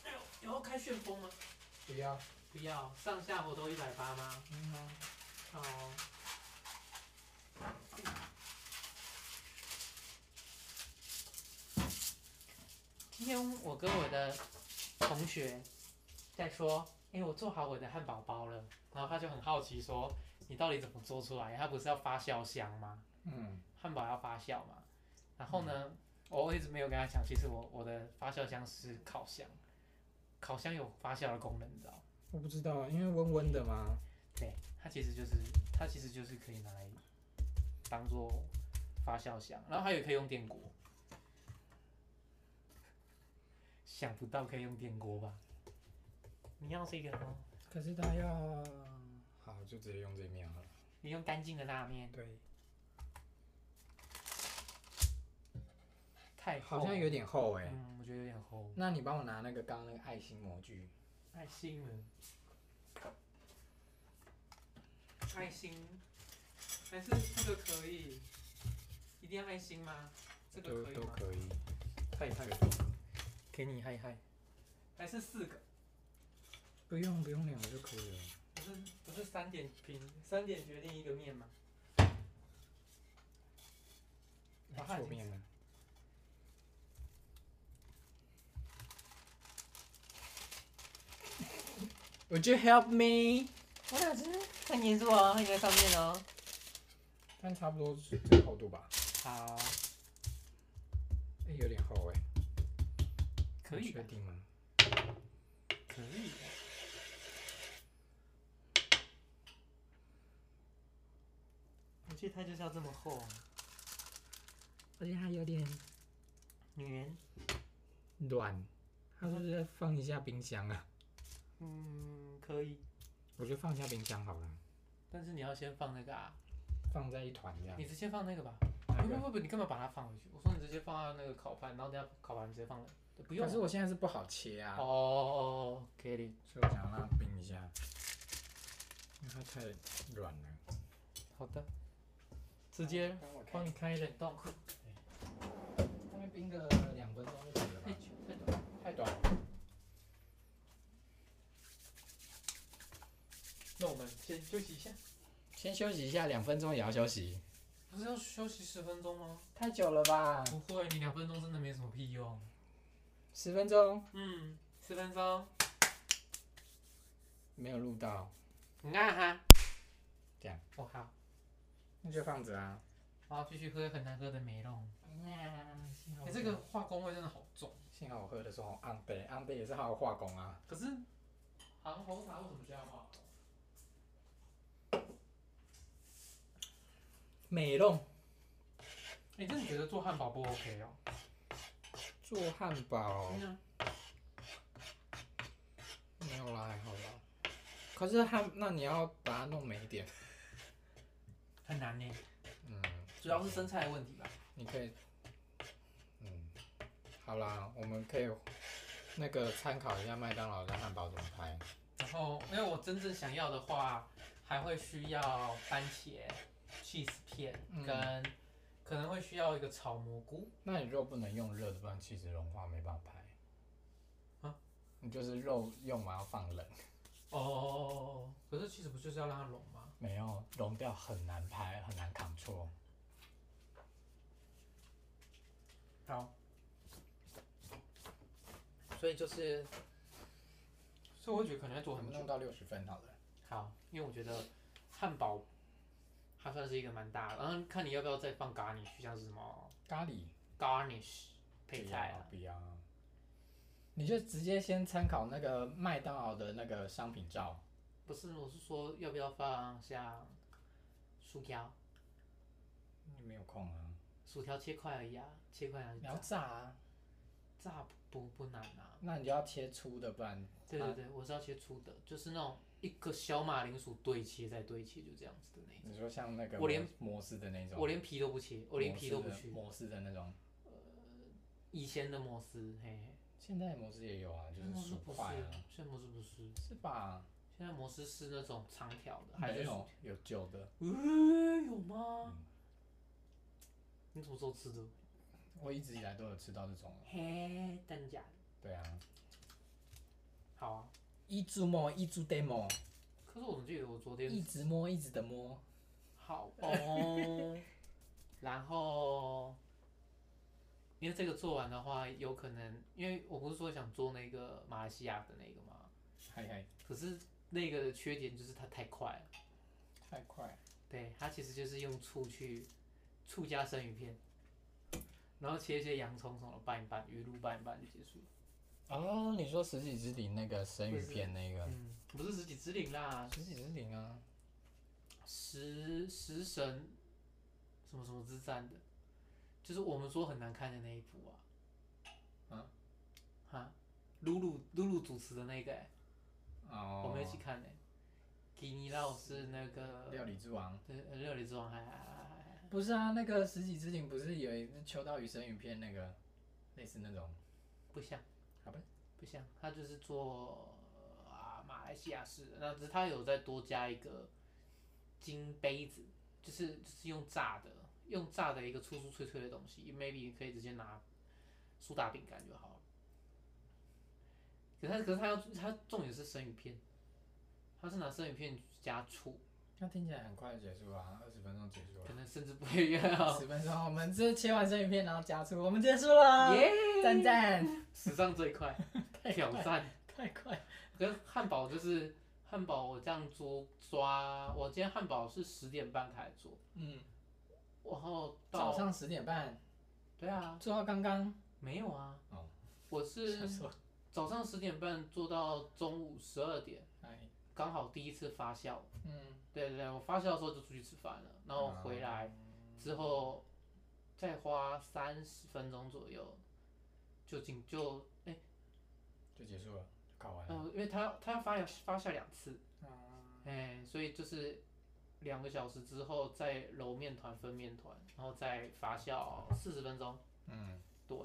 S1: 哎呦，以后开旋风吗？
S3: 不要。
S1: 不要，上下火都一百八吗？
S3: 嗯啊
S1: 好、今天我跟我的同学在说，哎、我做好我的汉堡包了，然后他就很好奇说，你到底怎么做出来？它不是要发酵箱吗？
S2: 嗯，
S1: 汉堡要发酵嘛。然后呢，我一直没有跟他讲，其实我我的发酵箱是烤箱，烤箱有发酵的功能，你知道吗？
S3: 我不知道，因为温温的嘛。
S1: 对，它其实就是它其实就是可以拿来当做发酵箱，然后还有可以用电锅。想不到可以用电锅吧？你要这个吗？
S3: 可是它要……
S2: 好，就直接用这面好了。
S1: 你用干净的拉面，
S3: 对，
S1: 太厚
S2: 好像有点厚哎、
S1: 嗯，我觉得有点厚。
S2: 那你帮我拿那个刚刚那个爱心模具，
S1: 爱心了，爱心，还是这个可以？一定要爱心吗？这
S2: 都
S1: 个可以
S2: 都
S1: 吗？
S2: 可以。
S1: 嗨嗨，给你嗨嗨，还是四个？
S2: 不用不用两个就可以了。
S1: 不是不是三点平，三点决定一个面吗？
S2: 那
S1: 啊它已
S2: 错
S1: 经
S2: 面了。Would you help me？
S1: 我哪知？很严肃哦，很在上面哦。
S2: 但差不多是这个厚度吧。
S1: 好，
S2: 哎、有点厚哎、
S1: 可以
S2: 你
S1: 吧
S2: 确？定吗？
S1: 可以吧。我记得它就是要这么厚啊，
S3: 而且它有点
S1: 女人。
S2: 软，它是不是放一下冰箱啊？
S1: 嗯，可以，
S2: 我觉得放一下冰箱好了，
S1: 但是你要先放那个啊，
S2: 放在一团这样。
S1: 你直接放那个吧。
S2: 那
S1: 不
S2: 个
S1: 不不不，你干嘛把它放回去？我说你直接放到那个烤盘，然后等下烤盘直接放了，不用
S2: 可。是我现在是不好切啊，
S1: 哦，get it，
S2: 所以我想让它冰一下，因为它太软了。
S1: 好的，直接
S2: 帮我看
S1: 帮你开冷冻库。
S2: 那边冰个两分钟就可以了吧
S1: 哎？
S2: 太短了。
S1: 那我们先休息一下。
S2: 先休息一下，两分钟也要休息。
S1: 不是要休息十分钟吗？
S2: 太久了吧？
S1: 不会，你两分钟真的没什么屁用。
S2: 十分钟
S1: 嗯，十分钟。
S2: 没有录到，
S1: 啊哈。
S2: 这样。
S1: 我靠，
S2: 那就放着啊。
S1: 然后继续喝很难喝的梅龙。
S2: 啊
S1: 哎、这个化工味真的好重。
S2: 幸好我喝的时候安杯，安杯也是好好化工啊。
S1: 可是，杭红茶为什么这样化工？
S2: 美弄
S1: 你哎真的觉得做汉堡不 OK 哦？
S2: 做汉堡
S1: 真的。
S2: 没有啦，还好啦。可是汉，那你要把它弄美一点。
S1: 很难呢，
S2: 嗯，
S1: 主要是生菜的问题吧。
S2: 你可以，嗯，好啦，我们可以那个参考一下麦当劳的汉堡怎么拍。
S1: 然后，因为我真正想要的话，还会需要番茄、cheese 片，
S2: 嗯
S1: 跟可能会需要一个炒蘑菇。
S2: 那你肉不能用热的，不然气质融化没办法拍。
S1: 啊？
S2: 你就是肉用完要放冷，
S1: 哦，可是 cheese 不就是要让它融吗？
S2: 没有融掉很难拍，很难扛错。
S1: 好，所以就是，所以我觉得可能要做
S2: 我
S1: 很
S2: 们
S1: 久
S2: 弄。到六十分好了。
S1: 好，因为我觉得汉堡它算是一个蛮大的，然后看你要不要再放 garnish，像是什么
S2: 咖喱
S1: garnish 配
S2: 不
S1: 菜
S2: 要
S1: 啊。
S2: 不要。你就直接先参考那个麦当劳的那个商品照，
S1: 不是，我是说要不要放像薯条，
S2: 你没有空啊，
S1: 薯条切块而已啊，切块拿去
S2: 你要
S1: 炸，
S2: 炸啊，
S1: 炸不不难啊。
S2: 那你就要切粗的，不然
S1: 对对对，我是要切粗的，就是那种一个小马铃薯对切再对切，就这样子的那种。
S2: 你说像那个
S1: 我连
S2: 摩斯的那种，
S1: 我连皮都不切，我连皮都不
S2: 摩斯的
S1: 去。
S2: 摩斯的那种，
S1: 以前的摩斯，嘿嘿，
S2: 现在的摩斯也有啊，就
S1: 现在摩
S2: 是
S1: 斯
S2: 薯
S1: 不是
S2: 块啊，，
S1: 现在摩斯不是，
S2: 是吧？
S1: 现在摩斯是那种长条的，还
S2: 没
S1: 是
S2: 有有旧的，
S1: 嗯，有吗？你什么时候吃的？
S2: 嗯我一直以来都有吃到这种的，
S1: 嘿，真假的？
S2: 对啊，
S1: 好啊，
S2: 一直摸，一直得摸，
S1: 可是我怎么记得我昨
S2: 一
S1: 天
S2: 直摸，一直的摸，
S1: 好哦，然后因为这个做完的话，有可能因为我不是说想做那个马来西亚的那个嘛，
S2: 嗨嗨，
S1: 可是那个的缺点就是它太快了，
S2: 太快了，
S1: 对，它其实就是用醋去醋加生鱼片，然后切一些洋葱什么的拌一拌，鱼露拌一拌就结束了。
S2: 哦，你说十几之灵那个生
S1: 不
S2: 鱼
S1: 是
S2: 片那个，
S1: 嗯，不是十几之灵啦，
S2: 十几之灵啊，
S1: 食食神什么什么之战的，就是我们说很难看的那一部啊。
S2: 啊？
S1: 哈，露露露露主持的那个、欸，
S2: 哦，
S1: 我们一起看的、欸。吉尼拉是那个
S2: 料理之王。
S1: 对呃料理之王，还还还还还
S2: 不是啊，那个十几之灵不是有一只秋刀鱼生鱼片那个，类似那种，
S1: 不像，
S2: 好吧？
S1: 不像，他就是做啊马来西亚式的，那只是他有再多加一个金杯子，就是就是用炸的，用炸的一个粗粗脆脆的东西，maybe 你可以直接拿苏打饼干就好了。可是他可是他要他重点是生鱼片，他是拿生鱼片加醋，
S2: 那听起来很快就结束啊，二十分钟结束
S1: 可
S2: 了。
S1: 能甚至不会要。
S2: 十分钟，我们这切完生鱼片，然后加醋，我们结束了，
S1: 耶！
S2: 赞赞，
S1: 史上最快挑战。
S2: 太快，
S1: 跟汉堡就是汉堡，我这样做抓，我今天汉堡是十点半开始做，
S2: 嗯，
S1: 然后到
S2: 早上十点半
S1: 对啊，
S2: 做到刚刚，
S1: 没有啊，
S2: 哦
S1: 我是
S2: 想说，
S1: 早上十点半做到中午十二点，
S2: 哎，
S1: 刚好第一次发酵，
S2: 嗯，
S1: 对对对，我发酵的时候就出去吃饭了，然后回来
S2: 嗯
S1: 之后再花三十分钟左右就进就哎、
S2: 就结束了，就考完了，
S1: 呃，因为他他要发发酵两次，
S2: 嗯，
S1: 哎、所以就是两个小时之后再揉面团、分面团，然后再发酵四十分钟，
S2: 嗯，
S1: 对，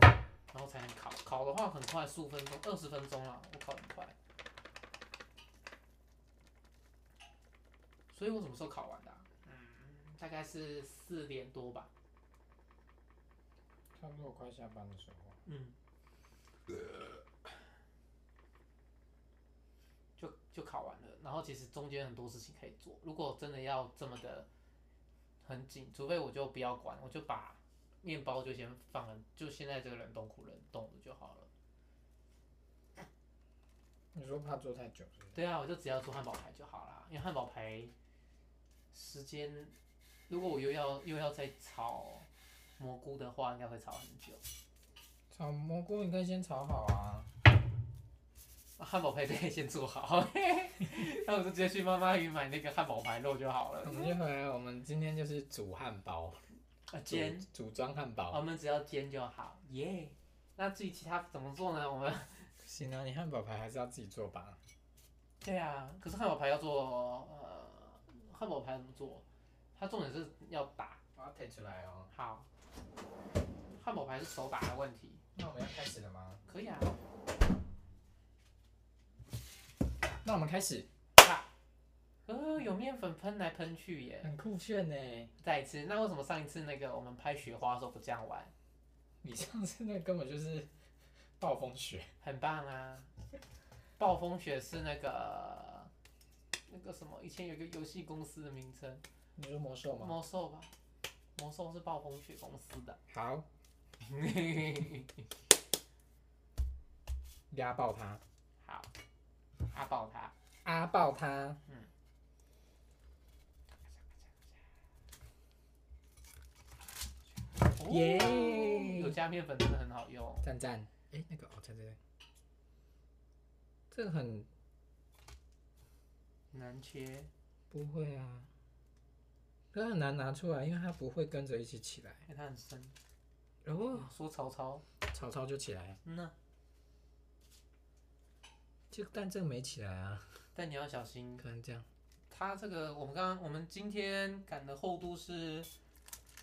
S1: 然后才能烤。烤的话很快，十五分钟、二十分钟啦，我烤很快。所以我什么时候烤完的啊、嗯，大概是四点多吧。
S2: 差不多快下班的时候，
S1: 嗯，就就考完了。然后其实中间很多事情可以做，如果真的要这么的很紧，除非我就不要管，我就把面包就先放了，就现在这个冷冻库冷冻着就好了。
S2: 你说怕做太久是不是？
S1: 对啊，我就只要做汉堡排就好啦，因为汉堡排时间，如果我又要又要再炒蘑菇的话，应该会炒很久。
S2: 炒蘑菇你可以先炒好啊，
S1: 汉堡排队先做好， 那我就直接去妈妈鱼买那个汉堡排肉就好了
S2: 我。们就回来，我们今天就是煮汉堡，
S1: 啊，
S2: 组
S1: 煎，哦
S2: 组装汉堡。
S1: 我们只要煎就好，耶、那至于其他怎么做呢？我们
S2: 行啊，你汉堡排还是要自己做吧。
S1: 对啊，可是汉堡排要做，呃，汉堡排怎么做？它重点是要打
S2: 我要推出来哦。
S1: 好，汉堡排是手打的问题，
S2: 那我们要开始了吗？
S1: 可以啊。
S2: 那我们开始，
S1: 呃，有面粉喷来喷去耶。
S2: 很酷炫呢。
S1: 再一次，那为什么上一次那个我们拍雪花的时候不这样玩？
S2: 你上次那根本就是暴风雪，
S1: 很棒啊！暴风雪是那个那个什么，以前有一个游戏公司的名称，
S2: 你说魔兽？
S1: 魔兽吧？魔兽是暴风雪公司的。
S2: 好，压爆它，
S1: 好，阿宝他，
S2: 压爆它。
S1: 哦
S2: 耶
S1: 有加面粉真的很好用。
S2: 赞赞。哎、那个哦，赞赞。这个很
S1: 难切，
S2: 不会啊，它很难拿出来，因为它不会跟着一起起来。
S1: 哎因为它很深。
S2: 哦，
S1: 说曹操，
S2: 曹操就起来，
S1: 嗯呐，
S2: 就但这个没起来啊，
S1: 但你要小心，
S2: 可能这样。
S1: 它这个我们刚刚我们今天擀的厚度是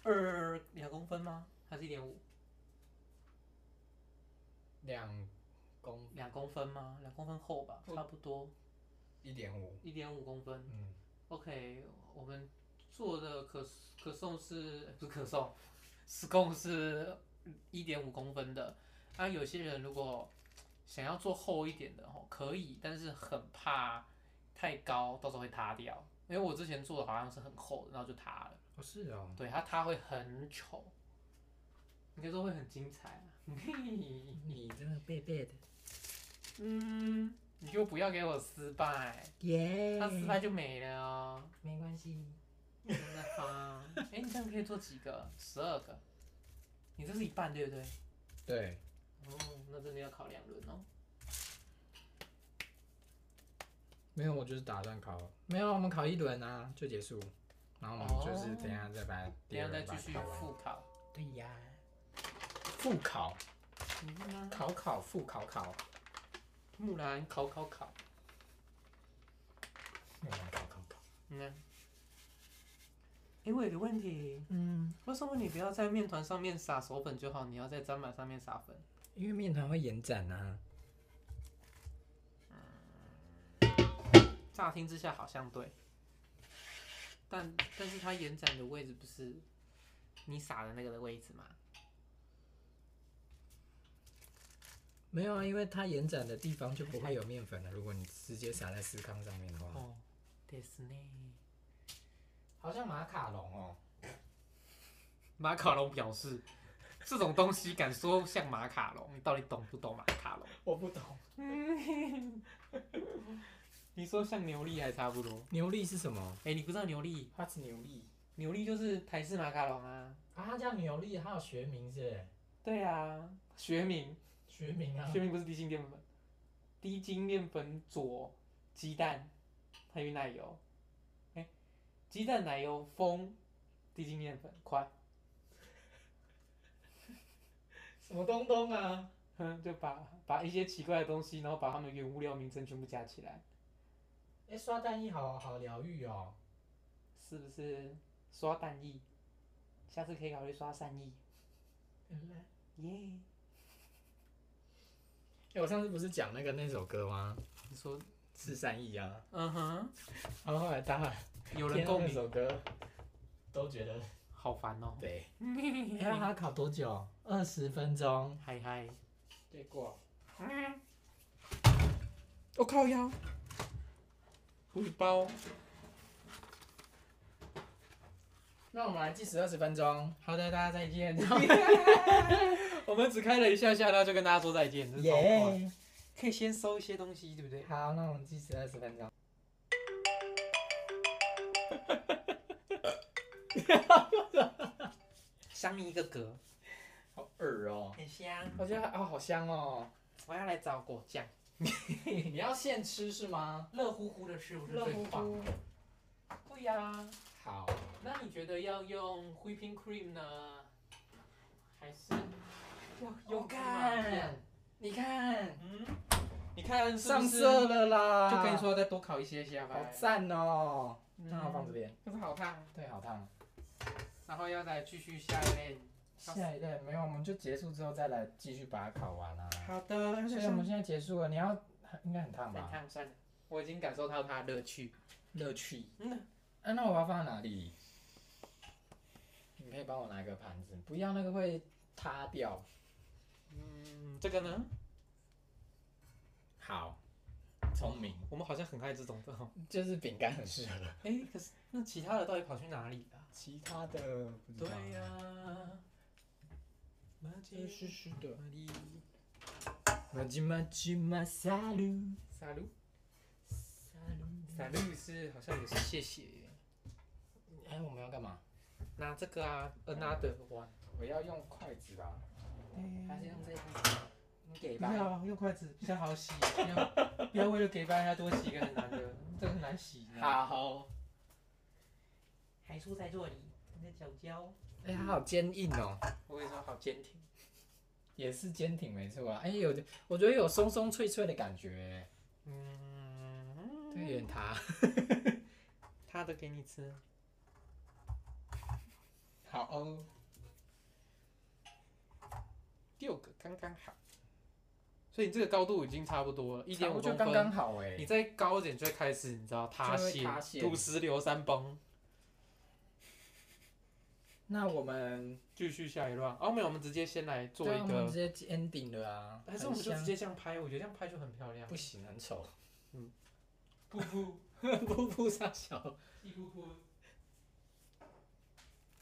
S1: 二两公分吗？还是一点五？
S4: 两公
S1: 两公分吗？两公分厚吧，差不多
S4: 一点五，
S1: 一点五公分。
S4: 嗯，
S1: OK，我们做的可可颂是呃不是可颂，司贡是一点五公分的。啊，有些人如果想要做厚一点的哦，可以，但是很怕太高，到时候会塌掉。因为我之前做的好像是很厚的，然后就塌了。
S2: 哦，是哦，
S1: 对，它塌会很丑，应该说会很精彩啊。
S2: 你真的背背的，
S1: 嗯，你就不要给我失败，
S2: 耶、
S1: 它失败就没了哦。
S2: 没关系，
S1: 真的吗？哎、你这样可以做几个？十二个。你这是一半对不对？
S4: 对，
S1: 哦，那真的要考两轮哦。
S2: 没有，我就是打算考，没有，我们考一轮啊就结束，然后我们就是
S1: 哦
S2: 等一下再把第
S1: 等一
S2: 二
S1: 下再
S2: 轮把
S1: 继
S2: 它
S1: 续
S2: 考完。
S1: 复考。
S2: 对呀、复考，
S1: 嗯啊
S2: 考考复考考，
S1: 木兰考考考。
S2: 我来考考考。
S1: 嗯、啊。哎、我有个问题，
S2: 嗯，
S1: 为什么你不要在面团上面撒手粉就好？你要在砧板上面撒粉？
S2: 因为面团会延展啊。
S1: 乍听之下好像对，但但是它延展的位置不是你撒的那个的位置吗？
S2: 没有啊，因为它延展的地方就不会有面粉了。如果你直接撒在司康上面的话，
S1: 哦，对是呢。
S4: 好像马卡龙哦，
S1: 马卡龙表示，这种东西敢说像马卡龙，你到底懂不懂马卡龙？
S4: 我不懂，
S1: 嗯你说像牛力还差不多。
S2: 牛力是什么？
S1: 哎、你不知道牛力？
S4: 它是牛力
S1: 牛力就是台式马卡龙啊。
S4: 啊，它叫牛力，它有学名是不是
S1: 对啊，学名，
S4: 学名啊
S1: 学，名不是低筋面粉，低筋面粉佐鸡蛋，还有奶油。哎、鸡蛋奶油封低筋面粉，快，
S4: 什么东东啊？
S1: 哼，就把把一些奇怪的东西，然后把它们原物料名称全部加起来。
S4: 哎，刷蛋液好好疗愈哦，
S1: 是不是刷蛋液？下次可以考虑刷善意。
S4: 原来，
S1: 耶、
S2: 哎、我上次不是讲那个那首歌吗？
S1: 你说，
S2: 是善意啊。
S1: 嗯哼，
S2: 然后后来大家
S1: 有人
S2: 听到
S1: 共
S2: 那
S1: 鸣，
S2: 首歌，都觉得
S1: 好烦 哦、
S2: 对。你看他考多久？二十分钟。
S1: 嗨嗨，
S4: 结果
S1: 我、靠腰，胡包，
S2: 那我们来计时二十分钟。好的，大家再见。
S1: 我们只开了一下下，然后就跟大家说再见，真是超快。
S2: 耶！
S1: 可以先收一些东西，对不对？
S2: 好，那我们计时二十分钟。
S1: 香一个格，
S2: 好耳哦，
S1: 很香。
S2: 我觉得啊、好香哦。
S1: 我要来找果酱，
S2: 你要现吃是吗？
S1: 热乎乎的吃，我觉得最棒。
S2: 乎。
S1: 对呀、
S2: 好，
S1: 那你觉得要用 whipping cream 呢，还是哦要
S2: 有
S1: 用芝麻
S2: 看
S1: 片？，
S2: 你看，
S1: 嗯，你看是不是
S2: 上色了啦。
S1: 就跟你，说再多烤一些下吧。
S2: 好赞哦。
S1: 嗯
S2: 那我放这边。
S1: 可是好烫，
S2: 对，好烫。
S1: 然后要再继续下一类。
S2: 下一代没有，我们就结束之后再来继续把它烤完啊。
S1: 好的，
S2: 所以我们现在结束了，你要应该很烫
S1: 很
S2: 吧？
S1: 烫，算了，我已经感受到它的乐趣。
S2: 乐趣。
S1: 嗯，
S2: 啊，那我要放在哪里？你可以帮我拿一个盘子，不要那个会塌掉。
S1: 嗯，这个呢，
S2: 好，聪明，
S1: 我们好像很爱这种的哦。
S2: 就是饼干很适合。
S1: 哎，可是那其他的到底跑去哪里了？
S2: 其他的不知道
S1: 对呀、马吉
S2: 湿湿的。
S1: 马吉
S2: 马吉马吉马萨鲁，
S1: 萨鲁
S2: 萨鲁。
S1: 萨鲁是好像也是谢谢耶。
S2: 哎，我们要干嘛？
S1: 拿这个啊，another one。
S4: 我要用筷子吧，
S2: 还是用这个？你给
S1: 不
S2: 吧。
S1: 要用筷子比较好洗，不要不要为了给大家多洗一个很难 的，这个很难洗。
S2: 好，
S1: 海叔在这里，你的脚脚。
S3: 哎、它好坚硬哦，
S1: 我跟你说，好坚挺。
S2: 也是坚挺没错啊。哎、有的我觉得有松松脆脆的感觉、
S1: 嗯，
S3: 对，有点塌。
S1: 他的给你吃。
S2: 好哦，
S1: 六个刚刚好，所以你这个高度已经差不多了，一点五
S2: 就
S1: 公
S2: 刚刚
S1: 分。
S2: 好哎、
S1: 你再高一点就会开始，你知道塌
S2: 就会
S1: 陷
S2: 塌，陷
S1: 土石流山崩，
S2: 那我们
S1: 继续下一乱。哦，没有，我们直接先来做
S2: 对啊
S1: 一
S2: 我
S1: 个
S2: 们直，接 ending 了啊，
S1: 还是我们就
S2: 很
S1: 直
S2: 香
S1: 接这样拍，我觉得这样拍就很漂亮。
S2: 不行，很丑，
S1: 噗噗，
S2: 不不傻笑，
S1: 一噗噗，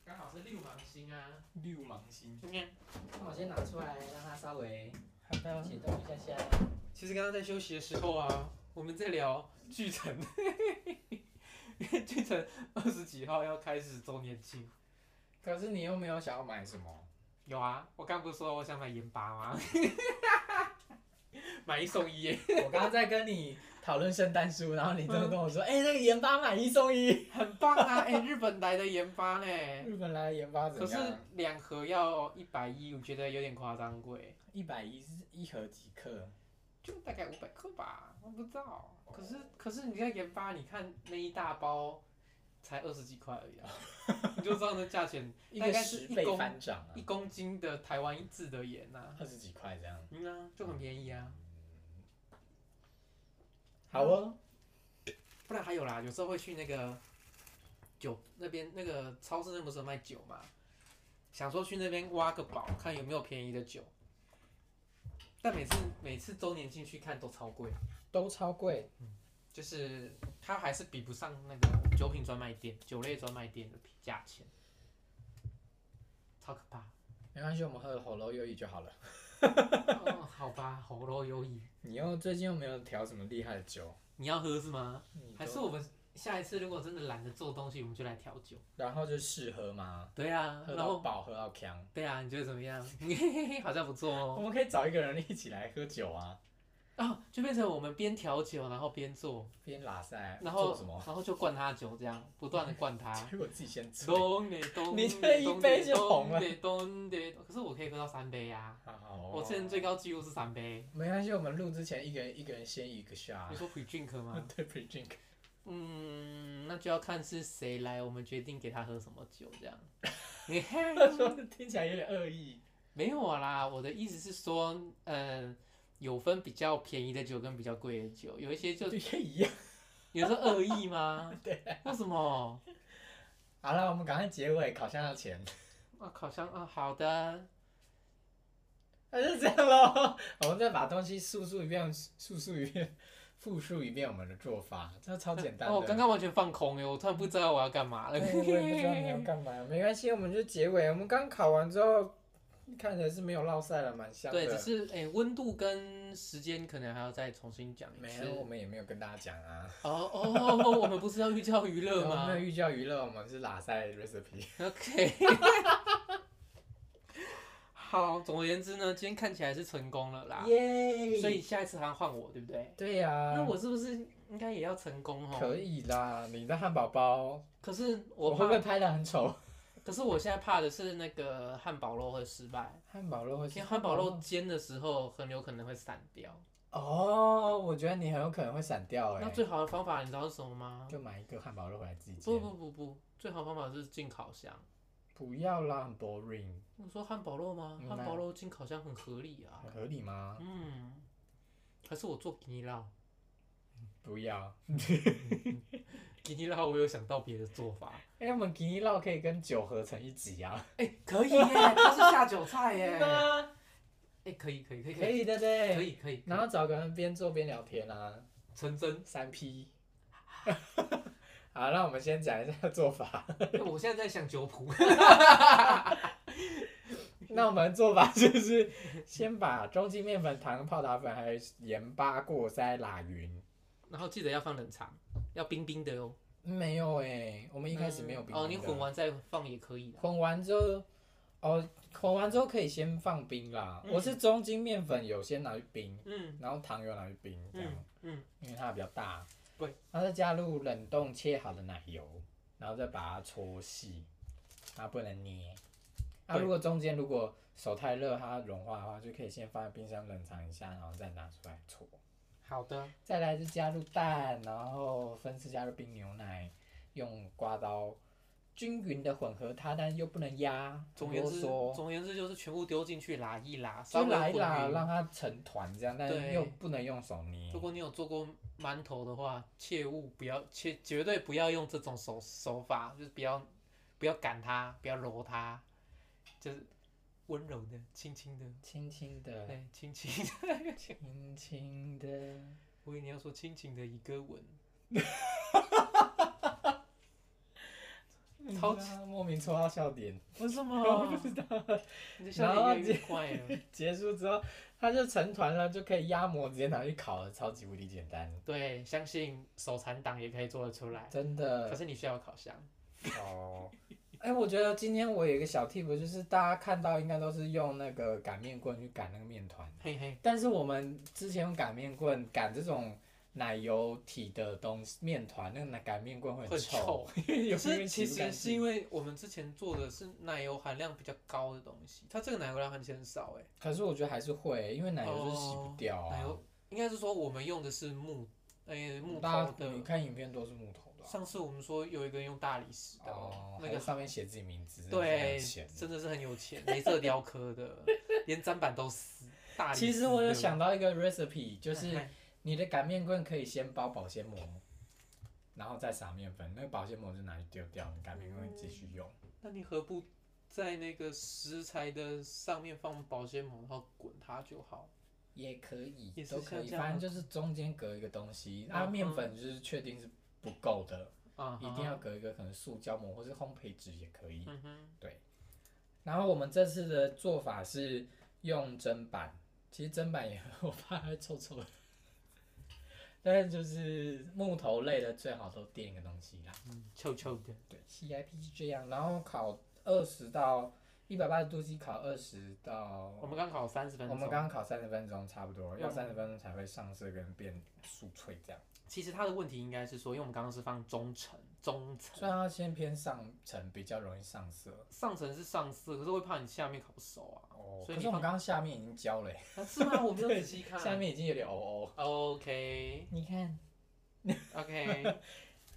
S1: 刚好是六芒星啊。
S2: 六芒星。
S1: 你看，
S2: 那我先拿出来，让它稍微
S1: 好的。
S2: 解冻一下下。
S1: 其实刚刚在休息的时候啊，我们在聊巨城， 因为巨城二十几号要开始周年庆。
S2: 可是你又没有想要买什么，
S1: 有啊，我刚不是说我想买盐巴吗？ 买一送一耶，
S2: 我刚刚在跟你讨论圣诞树，然后你就跟我
S1: 嗯
S2: 说，哎、那个盐巴买一送一，
S1: 很棒啊！哎、日本来的盐巴呢？
S2: 日本来的盐巴
S1: 可
S2: 怎
S1: 是
S2: 样？
S1: 两盒要一百一，我觉得有点夸张贵，
S2: 一百一是一盒几克？
S1: 就大概五百克吧，我不知道。可是可是你看盐巴，你看那一大包才二十几块而已 啊，你就知道那价钱，
S2: 一
S1: 大
S2: 个
S1: 概是
S2: 十
S1: 一
S2: 倍
S1: 公
S2: 翻涨啊
S1: 一，公斤的台湾一制的盐呐、啊，
S2: 二十几块这样。
S1: 嗯啊，就很便宜啊。
S2: 好哦，
S1: 不然还有啦，有时候会去那个酒那边那个超市，那不是有卖酒嘛？想说去那边挖个宝，看有没有便宜的酒。但每次每次周年庆去看都超贵，
S2: 都超贵，
S1: 就是它还是比不上那个酒品专卖店、酒类专卖店的价钱，超可怕。
S2: 没关系，我们喝喉咙优饮就好了。
S1: 哦、好 吧，喉咙有瘾。
S2: 你又最近又没有调什么厉害的酒，
S1: 你要喝是吗？
S2: 你都
S1: 还是我们下一次如果真的懒得做东西，我们就来调酒。
S2: 然后就试喝嘛，
S1: 对啊，
S2: 喝
S1: 然
S2: 到
S1: 后
S2: 饱，喝到强。
S1: 对啊，你觉得怎么 样？好像不错哦
S2: 我。们可以找一个人一起来喝酒啊，
S1: 啊，就变成我们边调酒，然后边做，
S2: 边拉塞，
S1: 然后
S2: 做什么？
S1: 然后就灌他酒，这样不断的灌他。
S2: 结果自己先醉。
S1: 咚嘞咚嘞，
S2: 你这一杯就红
S1: 咚
S2: 了
S1: 嘞咚嘞可是我可以喝到三杯啊，
S2: 好好哦
S1: 我之前最高纪录是三杯。
S2: 没关系，我们录之前一个人一个人先一个 shot 啊
S1: 你。说 pre drink 吗？
S2: 对，pre drink。
S1: 嗯，那就要看是谁来，我们决定给他喝什么酒这样。
S2: 他 说听起来有点恶意。
S1: 没有啊啦，我的意思是说，嗯，有分比较便宜的酒跟比较贵的酒，有一些就
S2: 对，一样。
S1: 有时候恶意吗？
S2: 对。啊
S1: 为什么？
S2: 好了，我们赶快结尾，烤箱要钱。
S1: 啊，烤箱啊，好的。
S2: 那就这样喽。 我们再把东西述述一遍，述述一遍，复述一遍我们的做法，这超简单的。
S1: 哦，我刚刚完全放空哎，我突然不知道我要干嘛了。
S2: 对我也不知道你要干嘛，没关系，我们就结尾。我们刚烤完之后，看起来是没有落晒了，蛮香的。
S1: 对，只是哎，温、度跟时间可能还要再重新讲一
S2: 没
S1: 次。
S2: 有，我们也没有跟大家讲啊。
S1: 哦哦，我们不是要寓教于乐
S2: 我们
S1: 吗
S2: 没有寓教于乐，我们是拉塞 recipe。
S1: ？OK。好，总而言之呢，今天看起来是成功了啦。
S2: 耶
S1: 所以下一次还要换我，对不对？
S2: 对呀、
S1: 那我是不是应该也要成功哦？
S2: 可以啦，你的汉堡包，
S1: 可是我
S2: 我会
S1: 怕
S2: 不，会拍的很丑？
S1: 可是我现在怕的是那个汉堡肉会失败。
S2: 汉堡肉会
S1: 因为汉堡肉煎的时候很有可能会散掉。
S2: 哦，我觉得你很有可能会散掉哎、
S1: 那最好的方法你知道是什么吗？
S2: 就买一个汉堡肉回来自己
S1: 不
S2: 煎。
S1: 不不不，最好的方法是进烤箱。
S2: 不要啦，很 boring，
S1: 你说汉堡肉吗？
S2: 嗯
S1: 汉堡肉进烤箱很合理啊
S2: 很。合理吗？
S1: 嗯，还是我做吉尼酪，
S2: 不要。
S1: 吉尼酪我有想到别的做法。
S2: 哎、我们吉尼酪可以跟酒合成一起啊。
S1: 哎、可以耶，它是下酒菜 耶。哎、
S2: 啊，
S1: 可以可以可以
S2: 可以的对。
S1: 可。以可以，
S2: 然后找个人边做边聊天啊，
S1: 成真。
S2: 三 P。好，那我们先讲一下做法。
S1: 我现在在想酒谱。
S2: 那我们做法就是先把中筋面粉、糖、泡打粉还有盐巴过筛拉匀。
S1: 然后记得要放冷藏，要冰冰的哦。
S2: 没有哎、我们一开始没有
S1: 嗯
S2: 冰
S1: 哦，
S2: 冰
S1: 你
S2: 的
S1: 混完再放也可以的。
S2: 混完之后，哦，混完之后可以先放冰啦。
S1: 嗯
S2: 我是中筋面粉有先拿去冰，
S1: 嗯
S2: 然后糖有拿去冰，这样，
S1: 嗯嗯，
S2: 因为它比较大。
S1: 对，
S2: 然后再加入冷冻切好的奶油，然后再把它搓细，它不能捏。啊，
S1: 对
S2: 如果中间如果手太热它融化的话，就可以先放在冰箱冷藏一下，然后再拿出来搓。
S1: 好的，
S2: 再来就加入蛋，然后分次加入冰牛奶，用刮刀均匀的混合它，但又不能压，
S1: 总而
S2: 不
S1: 言
S2: 啰
S1: 之，
S2: 嗦，
S1: 总而言之就是全部丢进去拉一拉，稍
S2: 就
S1: 微
S2: 来
S1: 混
S2: 啦，
S1: 匀
S2: 让它成团这样，但
S1: 对
S2: 又不能用手捏
S1: 如。果你有做过馒头的话，切勿不要切，绝对不要用这种手手法，就是不要不要擀它，不要揉它，就是温柔的、轻轻的，
S2: 轻轻的，
S1: 对，轻轻的。
S2: 轻轻的，
S1: 我以为你要说轻轻的一个吻，超级
S2: 级莫名戳到笑点。
S1: 为什
S2: 我不 知道。
S1: 你的笑脸越来越
S2: 然
S1: 快了。
S2: 结束之后，它就成团了，就可以压模直接拿去烤了，超级无敌简单，
S1: 对，相信手残党也可以做得出来，
S2: 真
S1: 可
S2: 的。
S1: 是你需要烤箱。
S2: 哦， 哎、我觉得今天我有一个小 tip，就是大家看到应该都是用那个擀面棍去擀那个面团，
S1: 嘿嘿，
S2: 但是我们之前用擀面棍擀这种奶油体的东西面团，那个奶擀面棍会
S1: 会
S2: 很
S1: 臭
S2: 臭，
S1: 可
S2: 有
S1: 是其
S2: 洗不干
S1: 实
S2: 净
S1: 是因为我们之前做的是奶油含量比较高的东西，它这个奶油含量其实很少哎、
S2: 可是我觉得还是会，因为奶油就是洗不
S1: 哦
S2: 掉
S1: 奶
S2: 啊。
S1: 油应该是说我们用的是木，哎、木
S2: 大家
S1: 头的
S2: 你。看影片都是木头的啊、
S1: 上次我们说有一个人用大理石的，
S2: 哦，
S1: 那
S2: 还有
S1: 个
S2: 上面写自己名字，真的是很
S1: 对
S2: 有钱，
S1: 真的是很有钱，镭射雕刻的，连砧板都撕。大理
S2: 其
S1: 石
S2: 实我有
S1: 的
S2: 想到一个 recipe，就
S1: 嘿
S2: 是
S1: 嘿
S2: 你的擀面棍可以先包保鲜膜，然后再撒面粉，那个保鲜膜就拿去丢掉，你擀面棍会继续用。
S1: 那你何不在那个食材的上面放保鲜膜，然后滚它就好？
S2: 也可以
S1: 也，是
S2: 都可
S1: 像
S2: 以，
S1: 这样
S2: 反正就是中间隔一个东西。
S1: 嗯
S2: 啊，
S1: 哼
S2: 面粉就是确定是不够的，
S1: 啊、
S2: 一定要。隔一个，可能塑胶膜或是烘焙纸也可以。
S1: 嗯哼，
S2: 然后我们这次的做法是用砧板，其实砧板也我怕它臭臭的，但是就是木头类的最好都垫一个东西啦。
S1: 嗯，臭臭的。
S2: 对，CIP 是这样，然后烤二十到一百八十度 C 烤二十到，
S1: 我们刚烤三十分
S2: 我
S1: 钟。
S2: 们刚刚烤三十分钟差不多，要
S1: 嗯
S2: 三十分钟才会上色跟变酥脆这样。
S1: 其实它的问题应该是说，因为我们刚刚是放中层，中
S2: 虽
S1: 层
S2: 然它先偏上层比较容易上色
S1: 上层是上色，可是会怕你下面烤不熟啊。
S2: 哦，
S1: 所以
S2: 可
S1: 你嗯
S2: 是我
S1: 放
S2: 们刚刚下面已经焦了耶，
S1: 啊是吗？我没有仔细看。
S2: 下面已经有点哦哦。
S1: OK
S2: 你看，
S1: OK，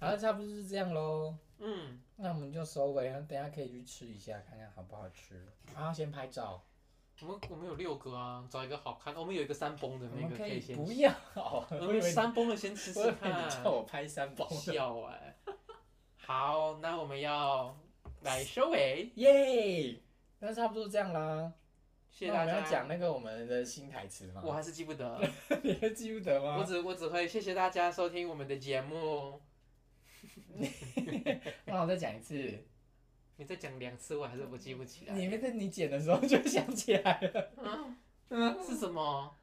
S2: 好像差不多是这样喽。
S1: 嗯，
S2: 那我们就收尾了，等一下可以去吃一下，看看好不好吃。然后先拍照，
S1: 我们我们有六个啊，找一个好看。我们有一个山崩的
S2: 我
S1: 那
S2: 们
S1: 个可
S2: 以
S1: 先
S2: 不
S1: 吃，
S2: 要，
S1: 我
S2: 我以
S1: 们
S2: 为你
S1: 山崩的先吃
S2: 我
S1: 吃
S2: 以为你叫
S1: 看。
S2: 我拍 三包呢，
S1: 笑哎、好，那我们要来收尾，
S2: 耶！那差不多这样啦。
S1: 谢谢大
S2: 那我们
S1: 家。
S2: 要讲那个我们的新台词吗？
S1: 我还是记不 得，
S2: 你还记不得
S1: 我
S2: 吗？
S1: 只我只会谢谢大家收听我们的节目。
S2: 那我再讲一次。
S1: 你再讲两次，我还是不记不起来。
S2: 你们在你剪的时候就想起来了。
S1: 是什么？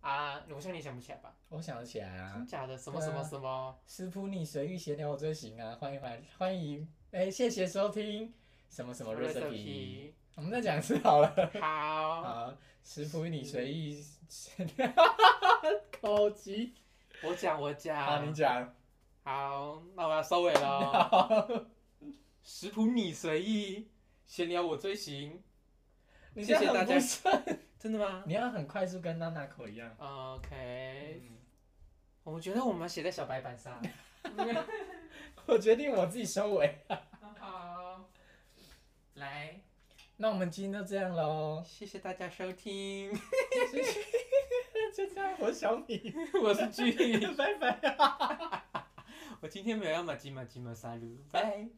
S1: 啊，我像你想不起来吧？
S2: 我想得起来啊
S1: 真，假的？什么什么什么？
S2: 食谱你随意闲聊我最行啊，欢迎来欢迎，哎、谢谢收听什么什么 recipe，我们再讲一次好了。
S1: 好，
S2: 好，食谱你随意闲聊， 口急。
S1: 我讲我
S2: 好，你
S1: 讲。
S2: 讲。
S1: 好，那我要收尾了。
S2: 好，
S1: 食谱你随意，闲聊我追行。
S2: 你
S1: 谢谢
S2: 这样很
S1: 大家
S2: 不顺
S1: 真的吗
S2: 你要很快速跟娜娜口一样。
S1: ？OK，我觉得我们写在小白板上。
S2: 我决定我自己收尾。
S1: 好，来，
S2: 那我们今天就这样喽，
S1: 谢谢大家收听，
S2: 就这样，我是小 米，
S1: 我是剧，
S2: 拜拜。
S1: 我今天没有要马吉马吉马杀戮，拜。